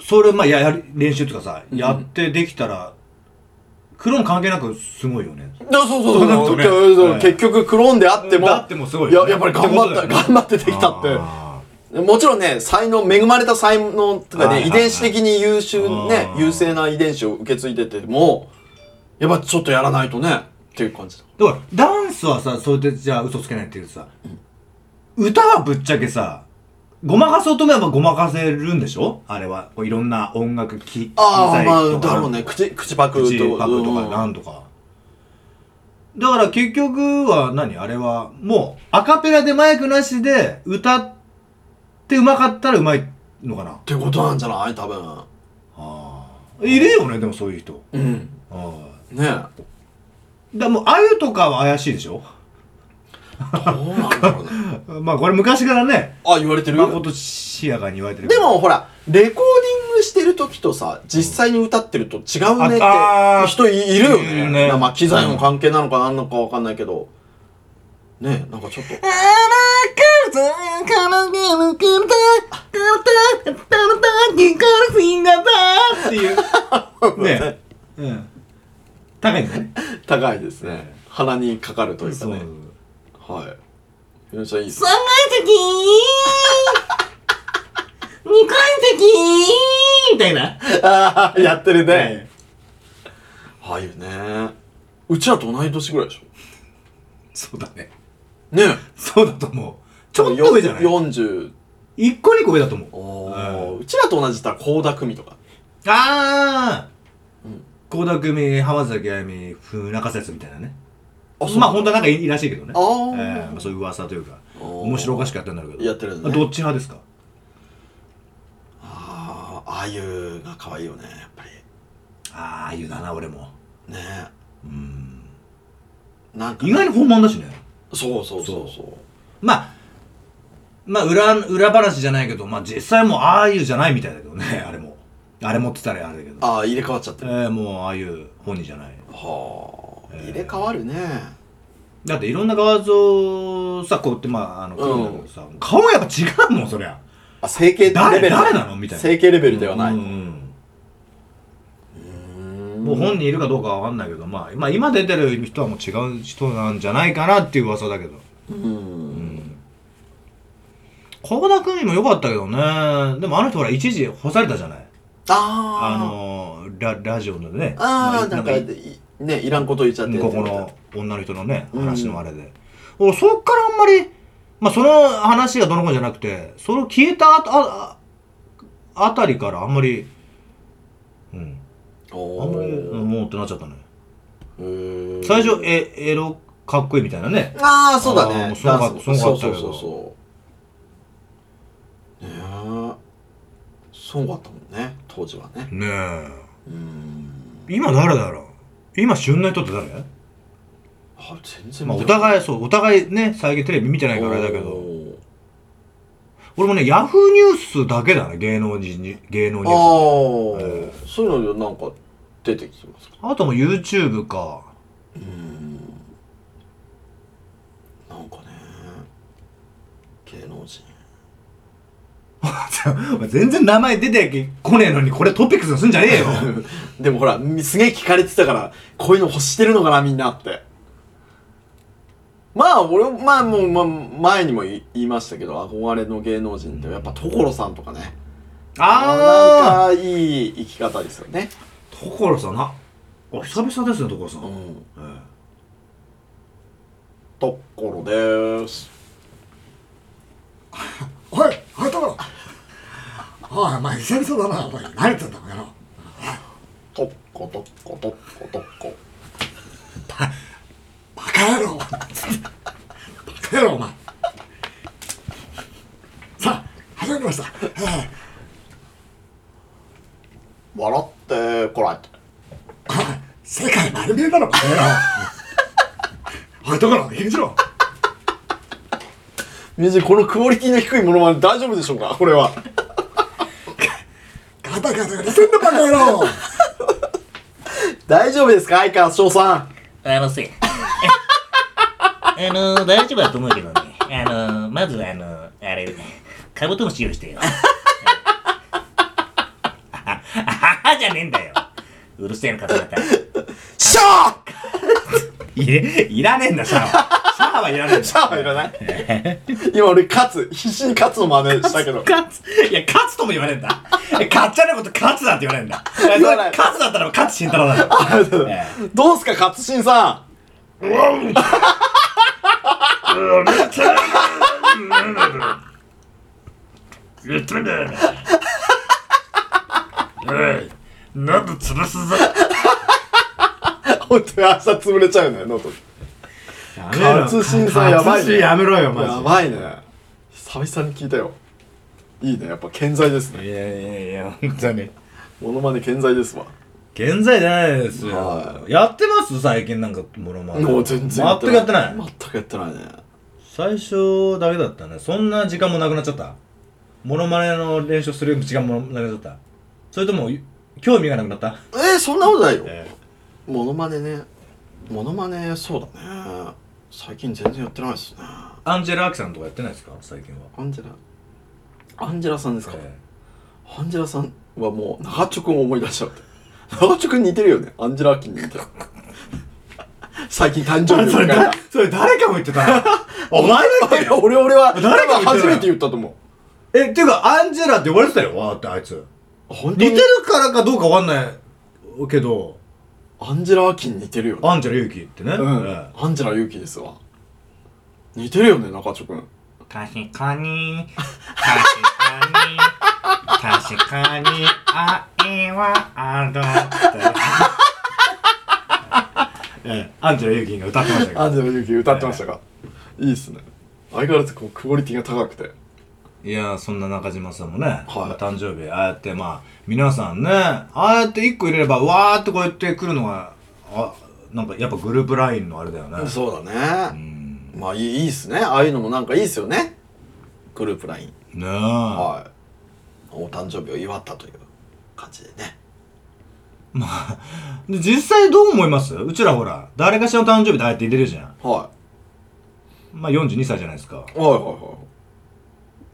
B: それまあややり練習とかさ、
C: ん
B: やってできたらクローン関係なくすごいよね
C: だそうそう
B: そうなる
C: そ
B: と
C: う。
B: ね
C: そうそう
B: はい
C: 結局クローンであっても、
B: だってもうすごい
C: い
B: よ
C: や
B: ね
C: やっぱり頑張った、
B: てことだよね
C: 頑張ってできたっ
B: あ
C: て。もちろんね、才能、恵まれた才能と
B: は
C: か
B: いはい
C: ね、
B: はい
C: 遺伝子的に優秀ね
B: あ、ー
C: 優勢な遺伝子を受け継いでても、やっぱちょっとやらないとね、っていう感じだ。
B: ーだからダンスはさそれでじゃあ嘘つけないっていうさ、歌はぶっちゃけさごまかそうと思えばごまかせるんでしょあれは。こういろんな音楽機
C: ああ、
B: 機材
C: まあ、
B: とか
C: だろうね。口、口パクと
B: 口パクと
C: う
B: か
C: ん
B: なんとか。だから結局は何あれは、もうアカペラでマイクなしで歌ってうまかったらうまいのかな。
C: ってことなんじゃない多分。
B: あーいるよね、でもそういう人。
C: うん。
B: あー
C: ねえ。
B: だからもう、あゆとかは怪しいでしょ
C: どうなんだろうね。
B: まあこれ昔からね、
C: あ、言われてる
B: まことしやかに言われてるけ
C: で
B: ど。
C: もほら、レコーディングしてる時とさ、実際に歌ってると違うねっ
B: ああー
C: て人いいるよ
B: い
C: ね。
B: るね
C: まあ機材の関係なのか何なのかわかんないけど。ねえ、なんかちょっと。
B: っていう。ね。うん。高いんだね。
C: 高いです
B: ね
C: ね。鼻にかかるというか
B: そう
C: ね。。はい。ひろちゃんいいです
D: 三階席二階席みたいな。
C: ああ、 やってる
B: え
C: ね。ああいうね。うちらと同い年ぐらいでしょ。
B: そうだね。
C: ねえ。
B: そうだと思う。ちょっと上じゃない
C: よん ?40。
B: 一個二個上だと思う。
C: お
B: う
C: ーうちらと同じだったら、高田組とか。
B: あ
C: うん
B: ー倖田組、浜崎あゆみ、風中説みたいなね。
C: あ
B: まあ本当はなんかいいらしいけどね。
C: あー
B: ええまあそういう噂というか、面
C: 面
B: 白おかし
C: く
B: くやってんだろうけど。
C: やってるね
B: どっち派ですか
C: ああああいうが可愛いよねやっぱり
B: ああ、言うだな、俺も。
C: ね
B: うん。
C: なんか
B: 意外に本番だしね。
C: そうそうそうそう
B: まあ、まあ裏、裏話じゃないけど、まあ実際もうああいうじゃないみたいだけどね、 あれも。あれもって言ったらあれだけど。
C: ああ入れ替わっちゃって
B: え
C: る
B: ーもうああいう本人じゃない。
C: はあ
B: えー
C: 入れ替わるね
B: だっていろんな画像さ、こうやってまあ、あの、
C: うん
B: 撮るんだけどさ、顔がやっぱ違うもん、そりゃ。
C: あ整形レベ
B: 誰、
C: ル
B: 誰なのみたいな。
C: 整形レベルではない
B: うん
C: うー
B: うんんもう本人いるかどうかはわかんないけど、まあ、まあ今出てる人はもう違う人なんじゃないかなっていう噂だけど。
C: うん
B: 倖田來未も良かったけどね。でもあの人ほら一時干されたじゃない。あ
C: あ
B: のー、ララジオのね
C: ああ
B: ま
C: あなんか
B: い
C: いねいらんこと言っちゃって
B: ここの女の人のね
C: うん
B: 話のあれで、俺そっからあんまりまあその話がどの子じゃなくてそれを消えたああああたりからあんまりうんあんまりうん
C: お
B: もうってなっちゃったね
C: お
B: 最初えエロかっこいいみたいなね
C: ああそうだ
B: あーもう
C: ね
B: すごかった
C: ダンス
B: すごかったけど
C: そうそうそうそうねえすごかったもんね当時はね
B: ねえ
C: うーん
B: 今誰だろう今旬な人って誰、
C: あ全然
B: まあ、お互い
C: じ
B: そうお互いね最近テレビ見てないからあれだけど
C: ど
B: 俺もねヤフーニュースだけだね芸能人に芸能ニュース
C: ああ、
B: え
C: そういうのでなんか出てきてますか
B: あとも YouTube か。
C: うーんなんかね芸能人
B: 全然名前出てこねえのに、これトピックスにすんじゃねえ よ。
C: でもほらすげえ聞かれてたからこういうの欲してるのかなみんなってまあ俺もまあもう、まあ、前にも言い言いましたけど憧れの芸能人ってやっぱ所さんとかね
B: ああ
C: なんかいい生き方ですよね
B: 所さんな。あ、久々ですね、所さん。
C: う
B: え
C: ん
B: え
C: 所です
E: おい、あれだろ。おい、お前、久々だな、お前、慣れてんだ、この野郎。
C: とっことっことっことっこ
E: バカ野郎。 バカ野郎、お前。さあ、始まりました。え
C: 笑ってこられて
E: えおい、世界丸見えだろ、この野郎。おい、どころ、返事ろ。
C: 水このクオリティの低いものまで大丈夫でしょうかこれ は
E: ガタガタうるせえんだ、バカ野郎。
C: 大丈夫ですか相川翔さん
D: あのせ。あの、大丈夫だと思うけどね。あの、まずあの、あれ、カブトムシ用意してよ。あははじゃねえんだよ。うるせえの方々。
C: シャー
B: いれ、いらねえんだ、シャワー。シャワーはいらねえんだ。
C: シャ ワーいらない今俺勝つ必死に勝つの真似したけど
B: 勝つ。いや、勝つとも言わねえんだ。え勝っちゃねえこと勝つなんて言わねえんだ。
C: 言わない
B: 勝つだったら勝つ慎太郎だよ。ええ
C: どうすか勝新さ
E: 言ってみねえなおいなんで潰すぞ
C: 本当に朝潰れちゃうのよノート
B: やめろ
C: 勝新さんやばい
B: 勝
C: ね
B: 新やめろよマジで
C: やばいね久々に聞いたよいいねやっぱ健在ですね
B: いやいやいや本当に
C: モノマネ健在ですわ
B: 現在じゃないですよ、
C: は
B: やってます最近なんかもろま
C: もう全然
B: 全くやってない
C: 全くやってないね
B: 最初だけだったねそんな時間もなくなっちゃったモノマネの練習する時間もなくなっちゃったそれとも興味がなくなった
C: えー、そんなことないよ
B: え
C: モノマネねモノマネそうだね最近全然やってないですねア
B: アンジェラ・アキさんとかやってないですか最近は、
C: ンジェラアンジェラさんですか、
B: え
C: アンジェラさんはもう長直を思い出しちゃって長直に似てるよねアンジェラ・アキに似てる最近誕生日を迎えた
B: それ誰かも言ってた お前だっ
C: いや俺俺は
B: 誰が言ってる
C: 多分初めて言ったと思 う
B: えっていうかアンジェラって呼ばれてたよわーってあいつ
C: 本
B: 似
C: 当に
B: てるからかどうかわかんないけど
C: アンジェラ・アキに似てるよね
B: アンジェラ・ユキってね、
C: うん、
B: え
C: アンジェラ・ユキですわ似てるよね中直くん
D: 確かに、確かに、確かに、愛はある。
B: えええアンジェラ・ユキが歌ってましたけど
C: アンジェラ・ユキ歌ってましたか、いいっすね相変わらずこうクオリティが高くて
B: いやーそんな中島さんもね、
C: い
B: 誕生日ああやってまあ皆さんねああやって1個入れればわーってこうやってくるのがあなんかやっぱグループラインのあれだよね
C: そうだ
B: う
C: ね、
B: ん
C: まあいいいいっすねああいうのもなんかいいっすよねグループライン
B: ねえ、
C: はいお誕生日を祝ったという感じでね
B: まあで実際どう思いますうちらほら誰かしらの誕生日でああやって入れるじゃん
C: は
B: まあ42歳じゃないですか
C: いはいはいは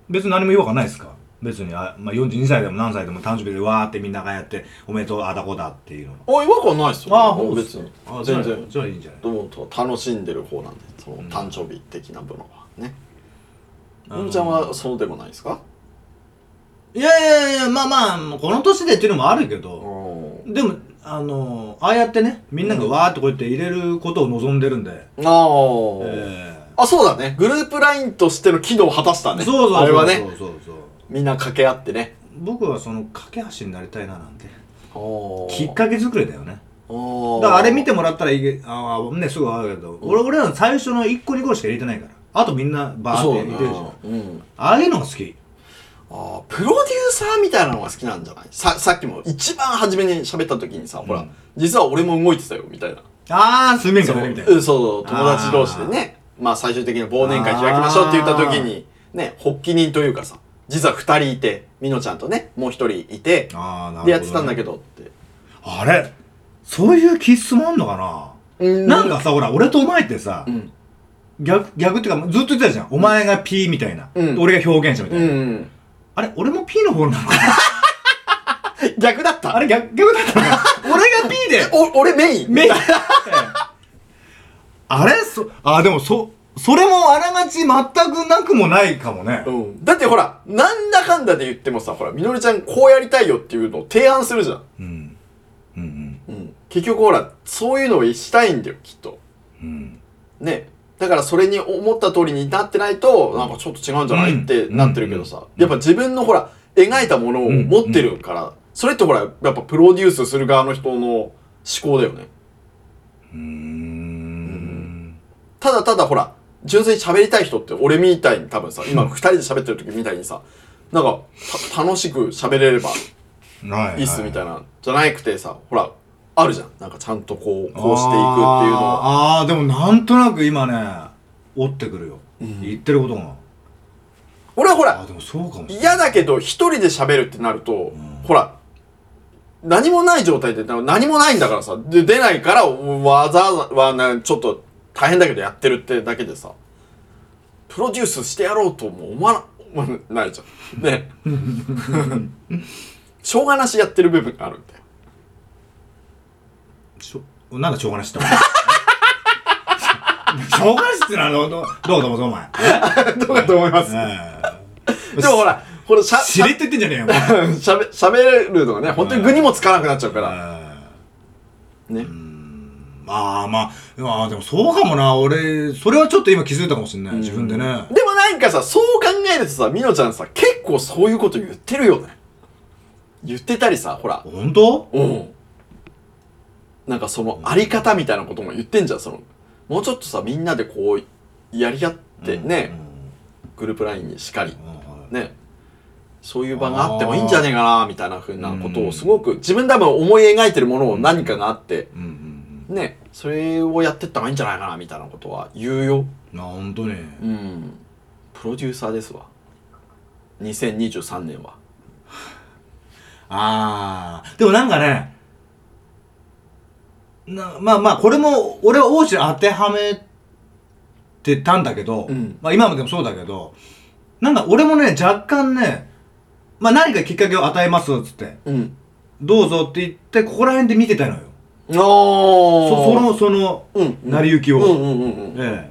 B: 別に何も言うわかないですか別にあ、まあ、42歳でも何歳でも誕生日でわーってみんながやっておめでとうあだこだっていうの
C: いあ違和感ないっすよ
B: う
C: 別に
B: あ全
C: 全然
B: 然じゃあいいんじゃない
C: どうも楽しんでる方なんでその
B: ん
C: 誕生日的な部分はね
B: あ
C: の
B: の
C: んちゃんはそうでもないですか
B: いやいやいやまあまあこの年でっていうのもあるけど、
C: あ
B: でもあのああやってねみんながわーっとこうやって入れることを望んでるんで、
C: あー、
B: え
C: あそうだねグループラインとしての機能を果たし
B: ー
C: たね
B: そうそうそうそう
C: あれはね
B: そうそう
C: みんな掛け合ってね
B: 僕はその架け橋になりたいななんてき
C: き
B: っかけ作りだよねだ
C: だ
B: からあれ見てもらったらいいけああねすぐわかるけど、俺俺らの最初の1個2個しか入れてないからあとみんなバー
C: そう
B: って入れ
C: だね
B: てるじゃん、
C: うん
B: ああいうのが好き
C: あープロデューサーみたいなのが好きなんじゃないささっきも一番初めに喋った時にさ、ほ
B: う
C: ら
B: ん
C: 実は俺も動いてたよみたいな
B: ああ水面
C: そ
B: 下
C: う
B: でねみたいな
C: うんそう友達同士でねまあ最終的に忘年会開きましょうって言った時にね発起人というかさ実は2人いてみのちゃんとねもう1人いて
B: ああなるほどね、
C: でやってたんだけどって
B: あれそういう気質もあんのかな、なんかさほら俺とお前ってさ、
C: うん
B: 逆逆っていうかずっと言ってたじゃんお前が P みたいな、
C: うん
B: 俺が表現者みた
C: う
B: いな、
C: ん
B: あれ俺も P の方なのかな
C: 逆だった
B: あれ逆逆だったな 俺が P で
C: お俺メイン
B: メインあれそあでもそそれもあらがち全くなくもないかもね、
C: うんだってほらなんだかんだで言ってもさほらみのりちゃんこうやりたいよっていうのを提案するじゃん、
B: うん、うんうん
C: うん、結局ほらそういうのをしたいんだよきっと
B: うん
C: ねだからそれに思った通りになってないとなんかちょっと違うんじゃない、
B: うん
C: ってなってるけどさ、
B: うん
C: やっぱ自分のほら描いたものを持ってるから、それってほらやっぱプロデュースする側の人の思考だよね
B: うーん
C: ただただほら純粋に喋りたい人って俺みたいに 多分さ今二人で喋ってる時みたいにさなんかた楽しく喋れれば
B: はい
C: いいっすみたい
B: な
C: なじゃなくてさほらあるじゃんなんかちゃんとこうこうしていくっていうの
B: あ
C: は
B: ーあーでもなんとなく今ね折ってくるよ、言ってることが
C: 俺はほら
B: あでもそうかもしれない
C: 嫌だけど一人で喋るってなると、ほら何もない状態で何もないんだからさで出ないからわざわざわなちょっと大変だけどやってるってだけでさプロデュースしてやろうとも思わな思わないじゃん ねしょうがなしやってる部分があるんだよ
B: しょなんかしょうがないしって 思うしょうがないしってなのどどうかと思うお前、
C: どうかと思いますで
B: え
C: もほらほらしゃ
B: えし
C: しゃ
B: れっと言ってんじゃねえよお前
C: しゃべしゃべれるのがね本当に具にもつかなくなっちゃうから ね
B: ああまああーでもそうかもな俺それはちょっと今気づいたかもしれない、自分でね
C: でもなんかさ、そう考えるとさ、みのちゃんさ、結構そういうこと言ってるよね。言ってたりさ、ほら。
B: 本当
C: うん。なんかそのあり方みたいなことも言ってんじゃん、その。もうちょっとさ、みんなでこう、やり合ってね、グループラインにしかり
B: う、んうんうんはい
C: ね。そういう場があってもいいんじゃねえかな、みたいなふうなことをすごく、自分多分思い描いてるものを何かがあって、
B: うんうん
C: ね、それをやってった方がいいんじゃないかな、みたいなことは言うよ。
B: うんあ本当に
C: うん。プロデューサーですわ。2023年は。
B: ああでもなんかねなまあまあこれも俺は王子に当てはめてたんだけど、
C: うん
B: まあ今もでもそうだけどなんか俺もね若干ねまあ何かきっかけを与えますっつって
C: うん。
B: どうぞって言ってここら辺で見てたのよ
C: ああ。そ
B: そそのその
C: うん、
B: 成り行きを、
C: うんうんうんうん。
B: ええ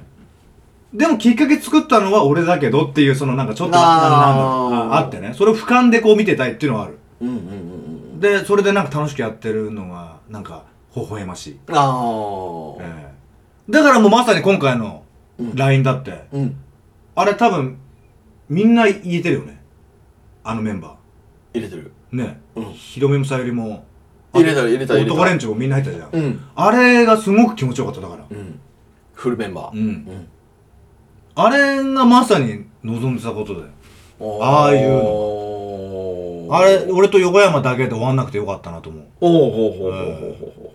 B: でもきっかけ作ったのは俺だけどっていうそのなんかちょっとな
C: あ
B: なん
C: ー
B: だろうああってねそれを俯瞰でこう見てたいっていうのはある
C: うんうんうんうん。
B: でそれでなんか楽しくやってるのがなんか微笑ましい、
C: ああ。
B: ええだからもうまさに今回の
C: うん
B: LINE だって、
C: うん。
B: あれ多分みんな言えてるよねあのメンバ
C: 入れてる。
B: ーね、
C: うん
B: ヒロミもさゆりも
C: 入れた入れた入れた
B: 男連中もみんな入ったじゃん、
C: うん。
B: あれがすごく気持ちよかっただから
C: うん。フルメンバー。
B: うん、
C: ん
B: あれがまさに望んでたことだよああいう
C: の
B: あれ、俺と横山だけで終わんなくてよかったなと思う。
C: おおほうほうほうほうほうほ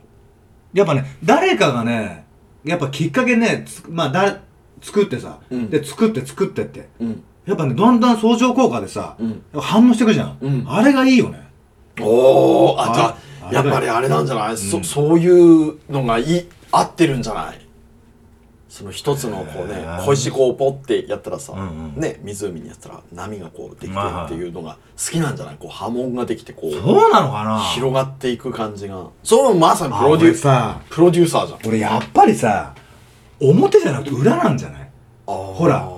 B: やっぱね、誰かがね、やっぱきっかけね、つまあだ、作ってさ、
C: うん
B: で、作って作ってって。
C: う。うん。
B: やっぱね、だんだん相乗効果でさ、
C: うん
B: 反応してくじゃん,、
C: うん
B: あれがいいよね。
C: おお、あ、じゃ
B: あ
C: あ、やっぱりあれなんじゃない、そ、そういうのがいい、合ってるんじゃないその一つのこうね、小石こうポッてやったらさ、
B: んうん
C: ね、湖にやったら波がこうできてる
B: まあ
C: っていうのが好きなんじゃないこう波紋ができてこう、
B: そうなのかな
C: 広がっていく感じが。そう、まさにプロデューサー、
B: あ
C: プロデューサーじゃん。
B: 俺さ、俺やっぱりさ、表じゃなくて裏なんじゃない
C: ほ
B: ら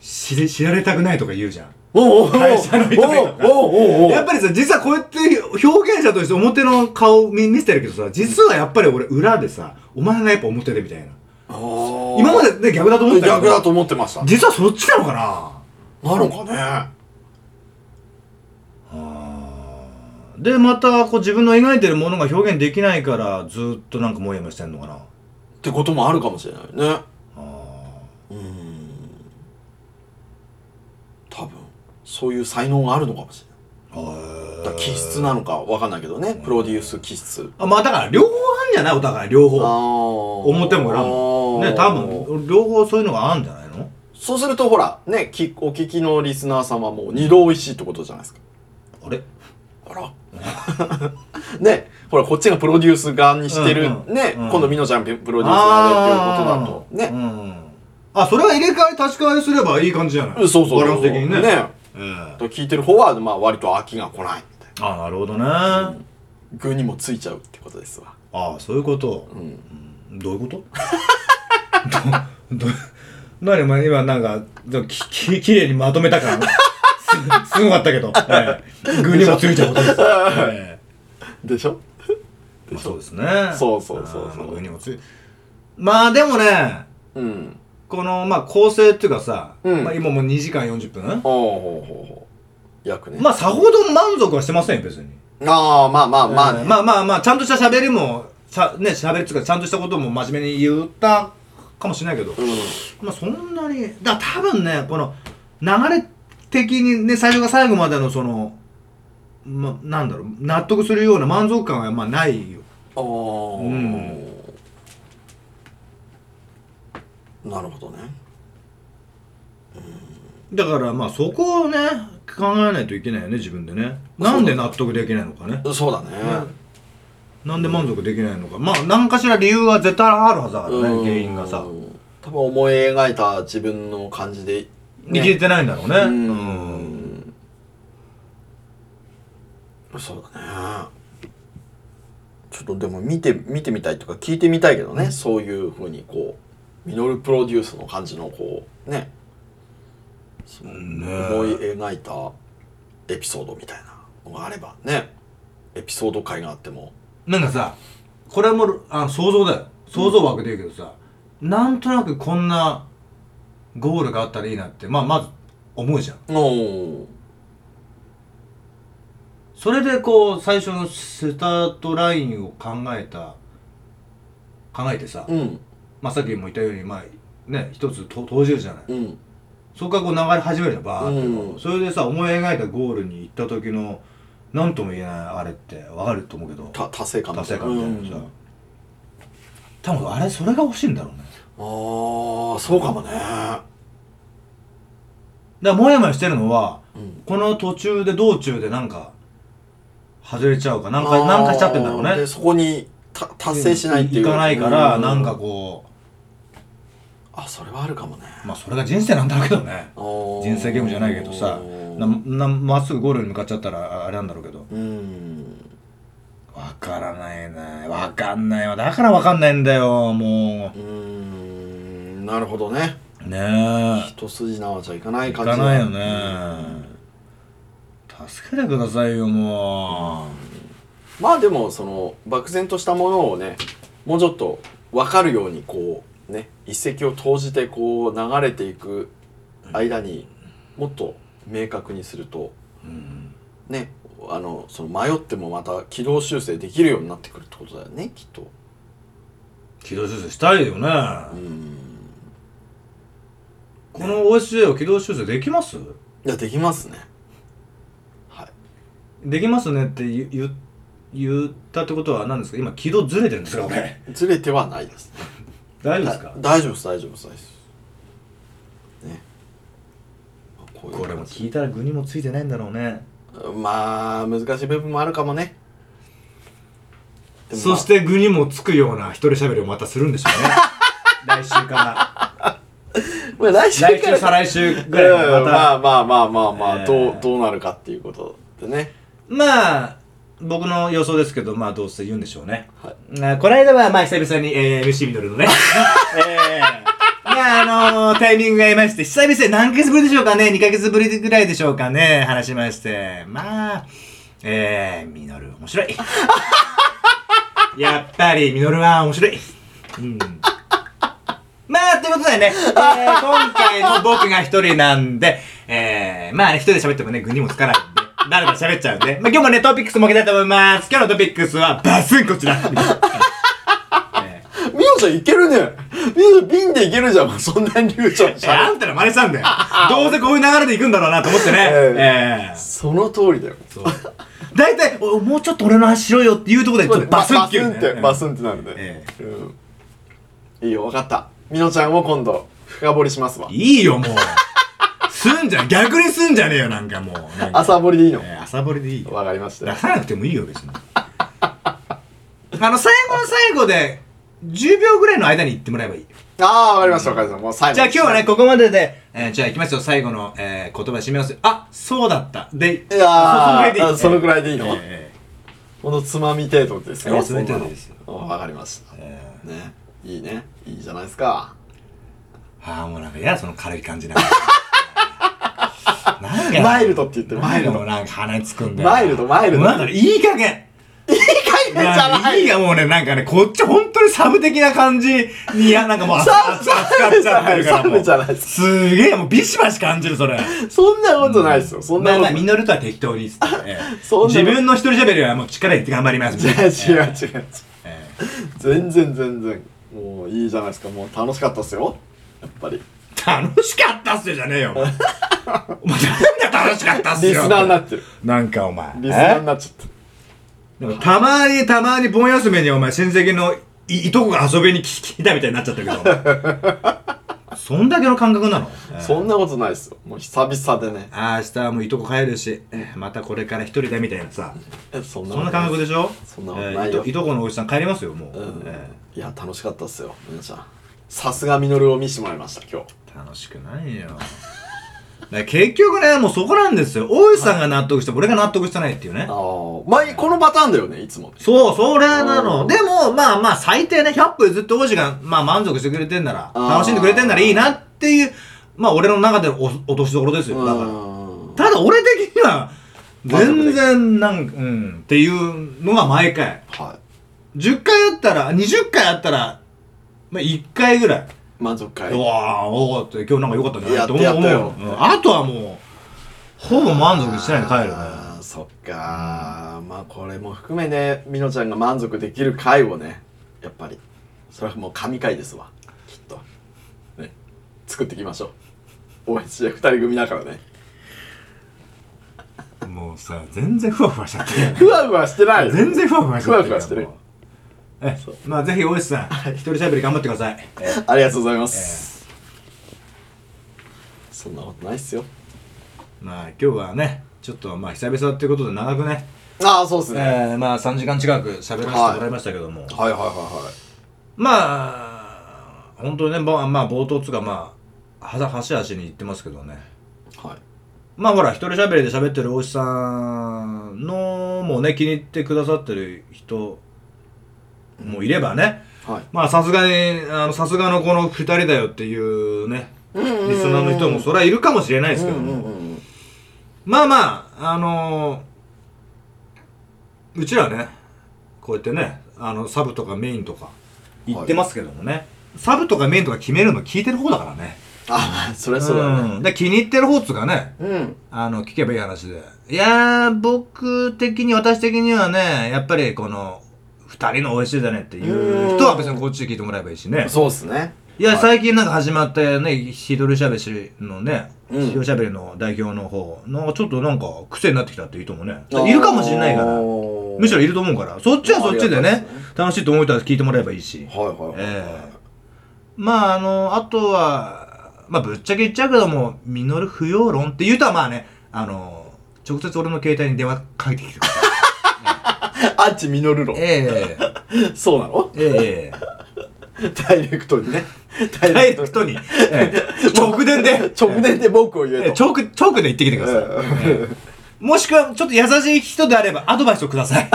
B: 知れ知られたくないとか言うじゃん。
C: おうおうおう
B: 会社の人々が
C: おうおうおうおう
B: やっぱりさ、実はこうやって表現者として表の顔を見見せてるけどさ、実はやっぱり俺裏でさ、お前がやっぱ表でみたいな。
C: あー
B: 今までね、逆だと思ってたけ
C: 逆
B: ど
C: だと思ってました。
B: 実はそっちなのかな
C: なのかね
B: でまたこう自分の描いてるものが表現できないからずっとなんかモヤモヤしてんのかな
C: ってこともあるかもしれないね
B: あ
C: 多分そういう才能があるのかもしれないだから気質なのかわかんないけどねプロデュース気質
B: あまあだから両方あんじゃないお互い両方表
C: 表
B: も裏もね多分両方そういうのがあるんじゃないの
C: そうするとほらねきお聞きのリスナー様も二度おいしいってことじゃないですか
B: あれ
C: あ らねほらこっちがプロデュース側にしてる、
B: うんうん
C: ね、
B: うん
C: 今度美濃ちゃんプロデュース側
B: あ
C: でっていうことだとね、
B: ねあそれは入れ替え立ち替えすればいい感じじゃない
C: うん、そうそうそう
B: バランス的にね
C: ね
B: ええ
C: と聞いてる方はまあ割と飽きが来ないみたい
B: あなるほどね、
C: な具にもついちゃうってことですわ
B: ああそういうこと、
C: うん
B: どういうこと どど何お前今なんかでもきききれいにまとめた感 すすごかったけど、ええ、具にもついちゃうこと です、え
C: でしょ
B: えまあ、そうですね
C: そうそうそうそう
B: ああまあ具にもついまあでもね
C: うん
B: このまあ構成っていうかさ、
C: うん
B: まあ、今もう2時間40分
C: ほうほうほうほう役ね
B: まあさほど満足はしてませんよ別に
C: ああまあまあまあね、
B: ええまあまあまあちゃんとした喋りもさね喋りっていうかちゃんとしたことも真面目に言ったかもしれないけど、
C: う
B: まあそんなにだから多分ねこの流れ的にね最初から最後までのその、ま、なんだろう納得するような満足感はまあないよ
C: ん
B: う
C: ああなるほどね
B: だからまあそこをね考えないといけないよね自分でねなんで納得できないのかね
C: そうだね
B: なんで満足できないのかまあ何かしら理由は絶対あるはずだから
C: うん
B: ね原因がさ
C: 多分思い描いた自分の感じで
B: いけてないんだろうね
C: う
B: うん
C: んそうだねちょっとでも見て見てみたいとか聞いてみたいけどねそういうふうにこうミノルプロデュースの感じのこうねその思い描いたエピソードみたいなのがあればねエピソード会があっても
B: なんかさこれもあの想像だよ想像枠で言うけどさ、なんとなくこんなゴールがあったらいいなって、まあ、まず思うじゃん
C: おー
B: それでこう最初のスタートラインを考えた考えてさ、
C: うん
B: まあ、さっきも言ったようにまあね一つと投じるじゃない
C: うん
B: そこからこう流れ始めるのバーってこう、
C: うん
B: それでさ思い描いたゴールに行った時の何とも言えないあれってわかると思うけど
C: た達成感
B: 達成感みたいなのさ、
C: うん
B: 多分あれそれが欲しいんだろうね
C: ああそうかもね
B: だからモヤモヤしてるのは
C: うん
B: この途中で道中でなんか外れちゃうかなん
C: あ
B: か
C: ー
B: なんかしちゃってんだろうね
C: でそこにた達成しないっていう
B: 行かないから、
C: う
B: なんかこ
C: あそれはあるかもね
B: うまあそれが人生なんだろうけどね人
C: 人
B: 生ゲームじゃないけどさななまっすぐゴールに向かっちゃったらああれなんだろうけど
C: うん
B: わからないなわかんないわだからわかんないんだよも
C: うーんなるほどね
B: うねえ
C: 一筋縄じゃいかない
B: 行
C: 感じ
B: かないよ
C: うん
B: ね助けてくださいよも
C: まあでもその漠然としたものをねもうちょっと分かるようにこうね一石を投じてこう流れていく間にもっと明確にすると
B: う、うん、
C: ねあのその迷ってもまた軌道修正できるようになってくるってことだよねきっと。
B: 軌道修正したいよね、
C: うん
B: この OSJ を軌道修正できます
C: いやできますね。はい。
B: できますねって言言言ったってことは何ですか今軌道ずれてるんですか俺
C: ずれてはないです。
B: 大丈夫ですか
C: だ大丈夫です大丈夫です大丈夫です。ね。こういう
B: これも
C: 感じ
B: 聞いたら具にもついてないんだろうね
C: まあ難しい部分もあるかもね。でもま
B: そ
C: あ
B: して具にもつくような一人喋りをまたするんでしょう ね来週から
C: まあ来週
B: 来
C: から
B: 週再来週ぐらいにま
C: うん
B: た
C: まあまあまあまあまあ、
B: えー
C: どうどうなるかっていうことでね。
B: まあ、僕の予想ですけど、まあどうせ言うんでしょうね。
C: はい
B: まあこの間は、まあ久々に、えー、MC ミドルのね。 えーまああのータイミングが合いまして、久々に何ヶ月ぶりでしょうかね ?2 ヶ月ぶりぐらいでしょうかね話しまして。まあ、えー、ミノル面白 い。やっぱりミノルは面白い。うん。まあ、ということでね、え ー、今回の僕が一人なんで、えー、まあね、一人で喋ってもね、具にもつかないんで、誰か喋っちゃうんで、まあ今日もね、トピックスもけたいと思います。今日のトピックスは、バスンこち ら。えー
C: みおちゃんいけるね。みおちゃん瓶でいけるじゃん。そんなに流暢にし
B: えーあ
C: ゃべる
B: んたら真似したんだよ。どうせこういう流れで行くんだろうなと思ってね。
C: え
B: えー、
C: その通りだよ。
B: そう。大体、おもうちょっと俺の話しろよっていうところで、ちょっとバスンっていうね、
C: バスンってなるんで、
B: え
C: うんいいよ分かったみのちゃんを今度深掘りしますわ
B: いいよ、もう。すんじゃ、逆にすんじゃねえよ、なんかもう。なんか
C: 朝掘りでいいの
B: えー朝掘りでいいよ
C: 分かりました
B: 出
C: よ
B: さなくてもいいよ別に あの最後の最後で10秒ぐらいの間に言ってもらえばいい
C: ああ分かりました分かりましたもう最後
B: じゃあ今日はねここまでで、えーじゃあ行きますよ最後の、えー言葉締めますよあそうだったで
C: いやー
B: そ
C: そ
B: の
C: の
B: ぐ
C: く
B: らい
C: らいでい
B: で
C: い
B: いい
C: の、ほんとつまみ程度ですよ
B: つまみ程度ですよ
C: 分かりました、
B: え
C: ねいいねいいじゃないですか
B: ああもうなんか嫌だその軽い感じ なんかなんか
C: マイルドって言ってる
B: マイル
C: い
B: ド
C: い
B: なんか鼻につくんだよな
C: マイルドマイルド
B: もうなんかいい加減
C: 加減じゃ
B: なん
C: な
B: か
C: い
B: いいがもうね、なんかね、こっち本当にサブ的な感じに、いや、なんかもう、あ
C: サブ
B: 扱っちゃってるから。
C: サブ
B: もう
C: じゃないです
B: すげえ、もうビシバシ感じる、それ。
C: そんなことないですよ、そんなこと
B: まあまあミノルとは適当にっつってええ
C: そんな
B: 自分の一人喋りはもう力入れて頑張りますみ
C: 違う
B: たいな。
C: 違う違
B: え
C: う違う
B: え
C: 全然全然もういいじゃないですかもう楽しかったっすよやっぱり
B: 楽しかったっすよじゃねえよ。お前お前なんだ楽しかったっすよ。
C: リスナーになってる
B: なんかお前。
C: リスナーになっちゃった
B: えなんかたまにたまに盆休みにお前親戚のいいとこが遊びに来来たみたいになっちゃったけどお 前。そんだけの感覚なの
C: そんなことないですよ。もう久々でね。
B: あー明日はもういとこ帰るし、えーまたこれから一人だみたいなさ、
C: えそん
B: そんな感覚でしょ
C: そんなこ
B: え
C: と
B: ー
C: ない
B: い
C: よ
B: といとこのおじさん帰りますよ、もう。
C: うん
B: え
C: いや、楽しかったっすよ、皆さん。さすがミノルを見してもらいました、今日。
B: ー楽しくないよ。だから結局ね、もうそこなんですよ。大石さんが納得して、俺が納得してないっていうね
C: あ。あ、まあ、このパターンだよね、いつも。
B: そう、それなの。
C: うん
B: でも、まあまあ、最低ね、100歩譲って大石が、まあ満足してくれてんなら、
C: あー
B: 楽しんでくれてんならいいなっていう、まあ俺の中でのお落としどころです
C: う
B: よ。だから。
C: ん。
B: ただ俺的には、
C: 満足
B: 全
C: でき
B: 然、なんか、うん、っていうのが毎回。
C: は
B: 10回あったら、20回あったら、まあ、1回ぐらい。
C: い。満足会。
B: う
C: あ
B: わあ、おおって、今日なんか良かったんじゃない
C: やっ
B: と
C: て
B: 思う。
C: やったよ
B: うんあとはもう、ほぼ満足してないで帰るね。
C: あーそっかーまあこれも含めねみのちゃんが満足できる回をねやっぱりそれはもう神回ですわきっとね作っていきましょう応援して2人組だからね
E: もうさ全然ふわふわしちゃってるよね
C: ふわふわしてない
E: 全然ふわふわしちゃってる
C: ふわふわしてる
E: もうえ
C: そう
B: まあぜひ大石さん一人喋り頑張ってください
C: ありがとうございます、そんなことないっすよ
B: まあ今日はねちょっとまあ久々っていうことで長くね、
C: ああそうです
B: え
C: ね、
B: ー、まあ3時間近く喋らせてもらいましたけども、
C: はいはいはいはい
B: まあ本当にねまあ、まあ、冒頭っつうかまあははしはしに言ってますけどね
C: はい
B: まあほら一人喋りで喋ってる大石さんのもね気に入ってくださってる人もいればね、
C: はい
B: まあさすがにあのさすがのこの2人だよっていうねリスナーの人もそれはいるかもしれないですけども、
C: うん
B: まあまああのーうちらはねこうやってねあのサブとかメインとか言ってますけどもね、サブとかメインとか決めるの聞いてる方だからね
C: あまあそりゃそうだね
B: ん、で気に入ってる方っつうかね
C: うん
B: あの聞けばいい話でいやー僕的に私的にはねやっぱりこの2人の美味しいだねっていう人は別にこっちで聞いてもらえばいいしね
C: そうですね
B: いや、
C: はい
B: 最近なんか始まったね、ひどりしゃべしのね、
C: うん
B: ひどりしゃべりの代表の方、なんかちょっとなんか癖になってきたっていう人もね、いるかもしれないから、むしろいると思うから、そっちはそっちで
C: ありがたい
B: ね
C: ですね、
B: 楽しいと思えたら聞いてもらえばいいし。
C: はいはいはい、
B: ええまあ、あの、あとは、まあ、ぶっちゃけ言っちゃうけども、ミノル不要論って言うとはまあね、あの、直接俺の携帯に電話かけてきてください。
C: アンチミノルロ
B: ええ
C: そうなの
B: ええ
C: ダイレクトにね
B: ダイレクトに、ええ直電で、
C: 直電で僕を言
B: え
C: え
B: ー
C: と
B: チョーク、チョークで言ってきてください。
C: う
B: もしくは、ちょっと優しい人であれば、アドバイスをくだ さい。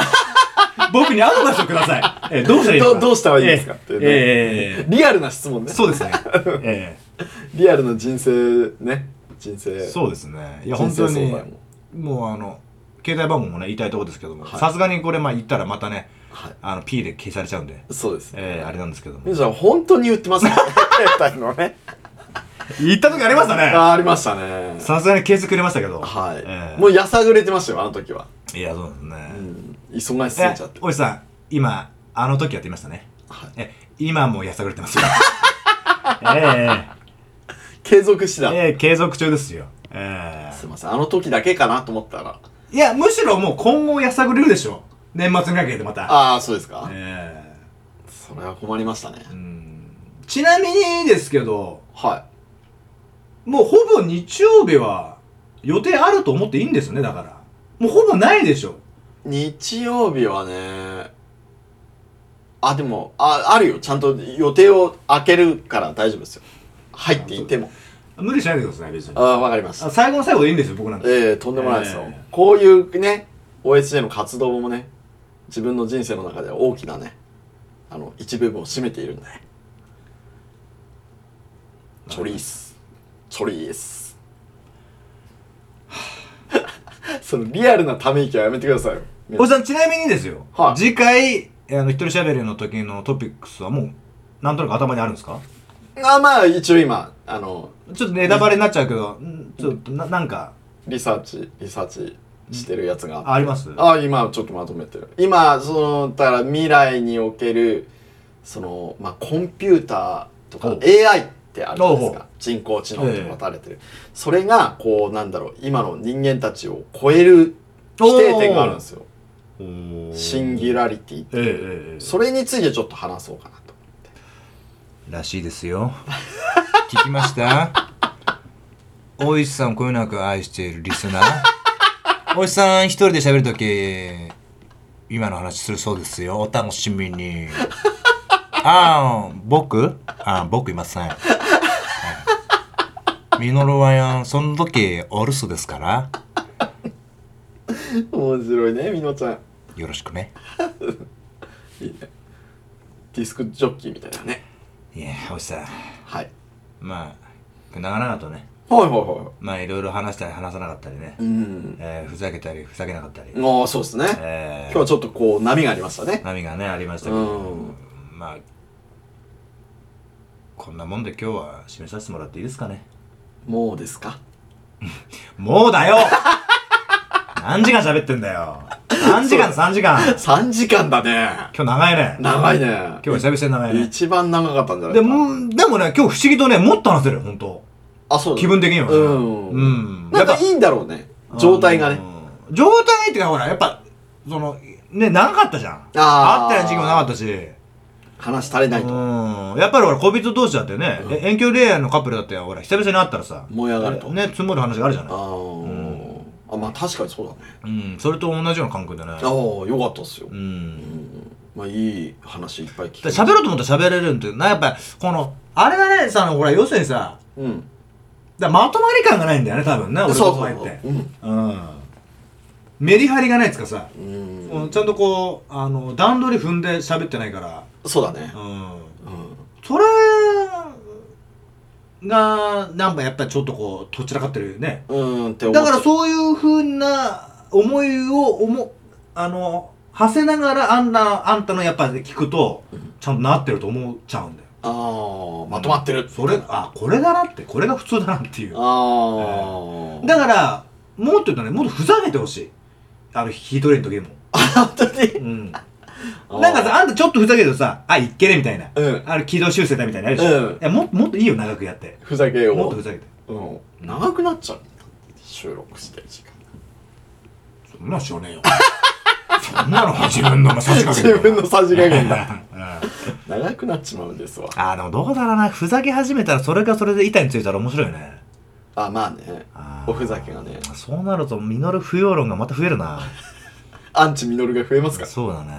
B: 僕にアドバイスをください。えーどうしたらいいのか
C: どどうしたらいいですかっていうね
B: えーえー
C: リアルな質問ね
B: そうですね。え
C: リアルな人生ね人生
B: ーそうですね。いや、
C: 人
B: 本
C: 生
B: 当
C: 相
B: に
C: 談も、
B: もうあの、携帯番号もね、言いたいところですけども、
C: はい
B: さすがにこれ、まあ言ったらまたね、
C: はい
B: あの、P で消されちゃうんで、
C: そうですね
B: えーあれなんですけども
C: み。ずゃん本当に言ってますね携帯 のね
B: 言った時ありましたね。
C: あありましたね
B: さすがに消してくれましたけど。
C: はい、
B: えー
C: もうやさぐれてましたよあの時は、
B: いや、そうですね。
C: うん、忙しすぎちゃ
B: え
C: って、
B: おじさん、今、あの時やっていましたね。
C: はい、
B: え、今もやさぐれて ますよ。え
C: 継続して
B: え
C: た、
B: ええ継続中ですよ。え
C: すいませんあの時だけかなと思ったら
B: えいや、むしろもう今後やさぐれるでしょ。年末にかけてまた。
C: ああそうですか、
B: え
C: それは困りましたね
B: えうんちなみにですけど、
C: は
B: もうほぼ日曜日は予定あると思っていいんですよね、だから。もうほぼないでしょ。
C: い日曜日はねあでもああるよちゃんと予定を開けるから大丈夫ですよ入っていても
B: 無理しないでください、別に。
C: あ
B: あ
C: あわかりました
B: 最後の最後でいいんですよ、僕なんて。
C: ええとんでもないですよ、
B: ええ
C: こういうね OSJ の活動もね自分の人生の中では大きなねあの一部分を占めているんでチョリースチョリース そのリアルなため息はやめてくださいよ
B: おじさん、ちなみにですよ。
C: はい
B: 次回、あの、一人喋りの時のトピックスはもう、なんとなく頭にあるんですか
C: あまあ一応今あの
B: ちょっとネタバレになっちゃうけど、んちょっとな、なんか、
C: リサーチリサーチしてるやつがあって
B: あります
C: あ今ちょっとまとめてる今そのだから未来におけるその、まあ、コンピューターとか
B: おう
C: AI ってあるじゃないです
B: おうおう
C: か人工知能って渡れてる、それがこうなんだろう今の人間たちを超える規定点があるんですよシンギュラリティ
B: ええええ
C: それについてちょっと話そうかなと
B: らしいですよ聞きました大石さんをこよなく愛しているリスナー大石さん一人で喋るとき今の話するそうですよお楽しみにああ僕ああ僕いませんはいミノルはやんその時お留守ですから
C: 面白いねみのちゃん
B: よろしくね
C: いいねディスクジョッキーみたいなね
B: いや大石さん
C: はい
B: まあ長々とね
C: はいはいは
B: まあいろいろ話したり話さなかったりね、
C: いうん
B: えーふざけたりふざけなかったり、
C: ああそうですね、
B: えー
C: 今日はちょっとこう波がありましたね
B: 波がねありましたけど、まあこんなもんで今日は締めさせてもらっていいですかね
C: もうですか
B: もうだよな何時間喋ってんだよ。3時間、3時間。
C: 3時間だね。
B: 今日長いね。
C: 長いね。
B: 今日は久々に長いね。
C: 一番長かったんじゃない
B: で
C: かな
B: も、でもね、今日不思議とね、もっと話せるよ、ほんと。
C: あ、そうだ
B: 気分的にはね。
C: うん
B: うん。
C: なんかいいんだろうね。状態がね。
B: うん。状態っていうか、ほら、やっぱ、その、ね、長かったじゃん。
C: あー
B: あったよ、時期もなかったし。
C: 話足りないと。
B: うん。やっぱりほら、恋人同士だってね、え遠距離恋愛のカップルだって、ほら、久々に会ったらさ、
C: 燃え上がると
B: ね、積もる話があるじゃ
C: あ
B: ない。
C: ーあ、まあ確かにそうだね。
B: うん。それと同じような感覚でね。
C: ああ、よかったっすよ
B: う。ん。
C: まあいい話いっぱい聞
B: だ
C: い
B: から喋ろうと思ったら喋れるんだけどなやっぱこのあれだねさほら要するにさ
C: うん。
B: だからまとまり感がないんだよね多分ね俺
C: そう
B: の場
C: そ
B: 合
C: う
B: っ
C: そ
B: て
C: う。うん
B: うんメリハリがないっつうかさ、
C: うん。
B: うんちゃんとこうあの段取り踏んで喋ってないから
C: そうだね
B: う。ん
C: うん
B: それがなんかやっぱりちょっとこうとっちらかってるよね
C: うんって思
B: だ
C: っ
B: から
C: ちゃ
B: そういうふうな思いを思あの馳せながらあんなあんたのやっぱり聞くとちゃんとなってると思っちゃうんだよ
C: ああ、まとまってる。
B: それあこれだなってこれが普通だなっていう
C: ああ。
B: だからもっと言うとねもっとふざけてほしいあのヒートレイの時でも
C: 本当に。
B: うんなんかさあんたちょっとふざけるとさあいっけねみたいな
C: うん。
B: あれ軌道修正だみたいになるでしょ、
C: うん
B: いやももっといいよ長くやって
C: ふざけよ
B: もっと
C: う
B: ふ。ざけて
C: うん。長くなっちゃう。収録してる時間。
B: そんなの知らねえよそんなの自分のお前差し掛けて
C: 自
B: る
C: 分のさじ加減だ。
B: うん
C: 長くなっちまうんですわ。
B: あーでもどうだろうなふざけ始めたらそれがそれで板についたら面白いね
C: あ、まあね。
B: あー
C: おふざけがね。
B: そうなるとミノル不要論がまた増えるな
C: アンチミノルが増えますから。
B: そうだね。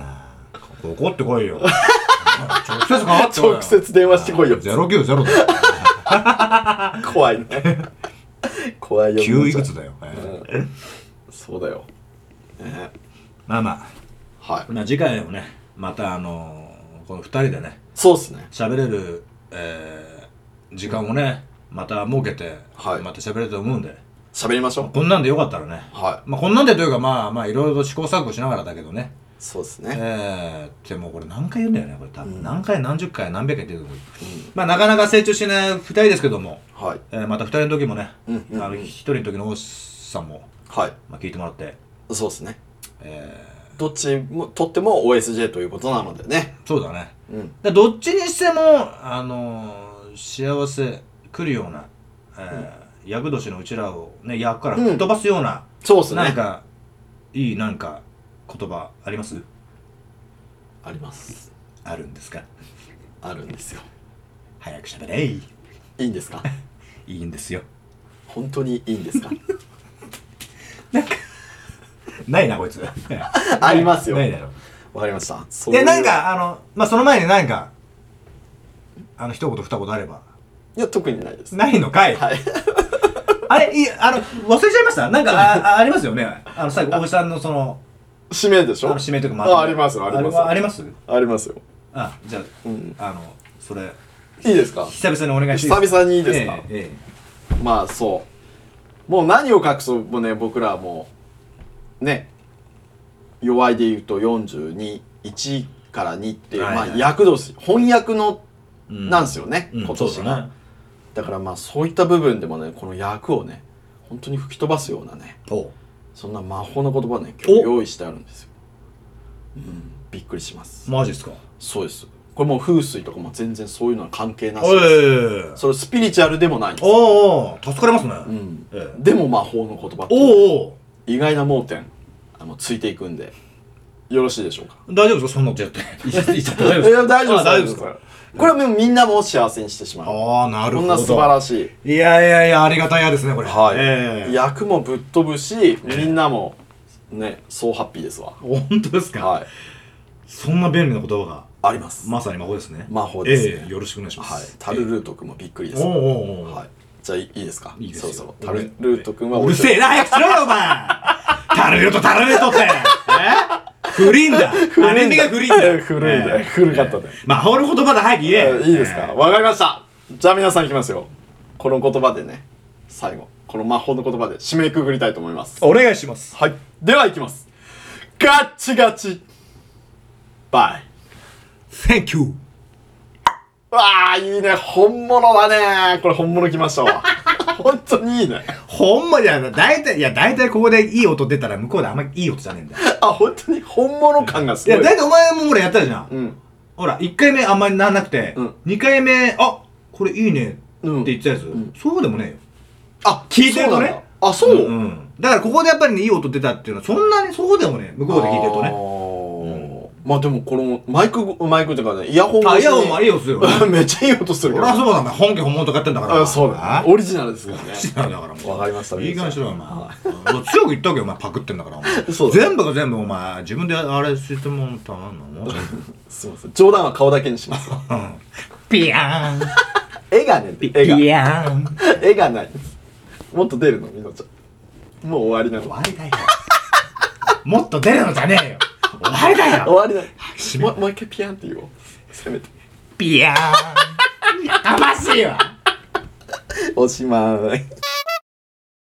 B: 怒ってこいよ。直接かかってこいよ。
C: 直接電話してこいよ。
B: ゼロ九ゼロだよ。
C: 怖 いね。怖いよ。
B: 九いくつだよ。えー
C: そうだよ。ね
B: まあま
C: はい
F: あ。まあ次回もねまたあのーこの2人でね
C: そうっすね。
F: 喋れる、えー時間をねまた設けて、
C: はい
F: また喋れると思うんで
C: 喋りましょ
F: こんなんでよかったらね
C: う。はい。
F: まあこんなんでというかまあまあいろいろと試行錯誤しながらだけどね
C: そうっすね。
F: えー、でもこれ何回言うんだよねこれ多分、
C: うん
F: 何回何十回何百回って言うと思う、まあなかなか成長しない2人ですけども、
C: はい。
F: えーまた2人の時もね、
C: うんうんうん
F: あの1人の時の大志さんも、
C: はい。
F: まあ、聞いてもらって、
C: そうっすね。
F: え
C: どっちも、とっても OSJ ということなのでね。
F: ーそうだね
C: うん。
F: でどっちにしても、あのー幸せ来るような、えー厄年のうちらを、ね、役から吹っ飛ばすような、
C: そうっすね。
F: なんかいいなんか言葉あります
C: あります。
F: あるんですか
C: あるんですよ。
F: 早くしゃべれい
C: いいんで すか
F: いいんですよ
C: 本当にいいんですか
B: ないな、こい つ。
C: ありますよ。
B: ないだろ。
C: わかりました。そういう
B: で、なん。か、あの、まあ、その前になんか、あの、一言二言あれば。
C: いや、特にないです。
B: ないのかい。
C: はい。
B: あれ、いいあの、忘れちゃいましたなんか、あ、あありますよね。あの、最後、大橋さんのその、
C: 指名でし
B: あ
C: ょ
B: の、指名とかも
C: あありますよありますよ
B: あれはあります
C: ありますよ。
B: あ、じゃ
C: うん。
B: あ、あの、それ、
C: いいですか
B: 久々にお願いしていい
C: 久々にいいですか
B: ええええ
C: まあそうもう何を隠そうもうね僕らはもうね弱いで言うと421から2っていう、
B: はいはい
C: まあ役同士翻訳の
B: うん
C: なんですよね、
B: うん
C: 今年
B: そう
C: が
B: だ
C: だ,、
B: ね
C: からまあそういった部分でもねこの役をね本当に吹き飛ばすようなね
B: お
C: そんな魔法の言葉ね今日
B: お
C: 用意してあるんですよ、うん、びっくりします
B: マジっすか
C: そうですこれもう風水とかも全然そういうのは関係なし
B: お
C: です
B: い
C: それスピリチュアルでもないんです
B: おーおー助かりますね、
C: うん
B: ええ
C: でも魔法の言葉っていうのは
B: おうお
C: 意外な盲点あのついていくんでよろしいでしょうか
B: う大丈夫ですかそんなことやって言っちゃって 大丈夫
C: い
B: です
C: や大丈夫です
B: あ大丈夫です
C: かこれはもうみんなも幸せにしてしまう
B: ああなる
C: こ
B: ほ
C: ん
B: ど
C: な素晴らし
B: いやいやいやありがたいやですねこ
C: い
B: れ
C: はい、
B: ええ
C: 役もぶっ飛ぶしみんなもねそうハッピーですわ
B: 本当ですか、
C: はい
B: そんな便利な言葉が
C: あります、
B: まさに魔法ですね
C: 魔法ですね
B: ええよろしくお願いしま
C: はい
B: す
C: タルルート君もびっくりです
B: おう
C: わ
B: おうおう
C: はいじゃあいいですか
B: いいです
C: そ
B: よ
C: ろそろタルルート君は
B: うるせえな早くしろよお 前タルルとタルルとってえフリーンだ
C: 古いんだ
B: アニメがフリーンだ
C: 古いね
B: ええ
C: 古かったね
B: 魔法の言葉で早く言え、
C: いいですかわかりましたじゃあ皆さんいきますよこの言葉でね最後この魔法の言葉で締めくぐりたいと思います
B: お願いします
C: はい。では行きます。ガッチガチ。バイ。
B: Thank you
C: わあ、いいね。本物だね。これ本物来ましたわ。本当にいいね。
B: ほんまじゃない。大体、いや、大体ここでいい音出たら向こうであんまりいい音じゃねえんだよ。
C: あ、本当に本物感がす
B: い
C: ごい。
B: や、大体お前もほらやったじゃん。
C: うん。
B: ほら、1回目あんまりならなくて、
C: うん
B: 二2回目、あこれいいね
C: うん
B: って言ってたやつ、
C: ん
B: そうでもね
C: あ、
B: 聞いてるとね
C: そうなんだ。あ、そう。
B: えよ。うん。だからここでやっぱりね、いい音出たっていうのは、そんなにそうでもね、向こうで聞いてると
C: あ
B: ね。
C: ーまあでもこのマイクご、マイクっていうかね、イヤホン
B: あ、いや、
C: に
B: お前いい音するよ。
C: うん めっちゃいい音するけ
B: 俺
C: ど。
B: はそうだ、お前本家本物とかやってんだから。
C: あそうだね。オリジナルですからね。
B: 違うだからもう。
C: わかりました
B: いい加減にしろよ、お
C: は
B: 前。俺強く言ったわけよ、お前パクってんだから、お前。
C: そうだ
B: 全部が全部、お前、自分であれしてもらったらなん なの
C: すいません。冗談は顔だけに します。
D: ピヤーン。
C: 絵がね、絵が
D: ピ。ヤ ーン。
C: 絵がないです。もっと出るの、みのちゃん。もう終わ りなの。
B: 終わりだよ。もっと出るのじゃねえよ。終わりだよ。
C: 終わりな
B: 締
C: の。もうもう一回ピヤンって言おう。せめて。
D: ピヤーン。やかましいわ。
C: おしまい。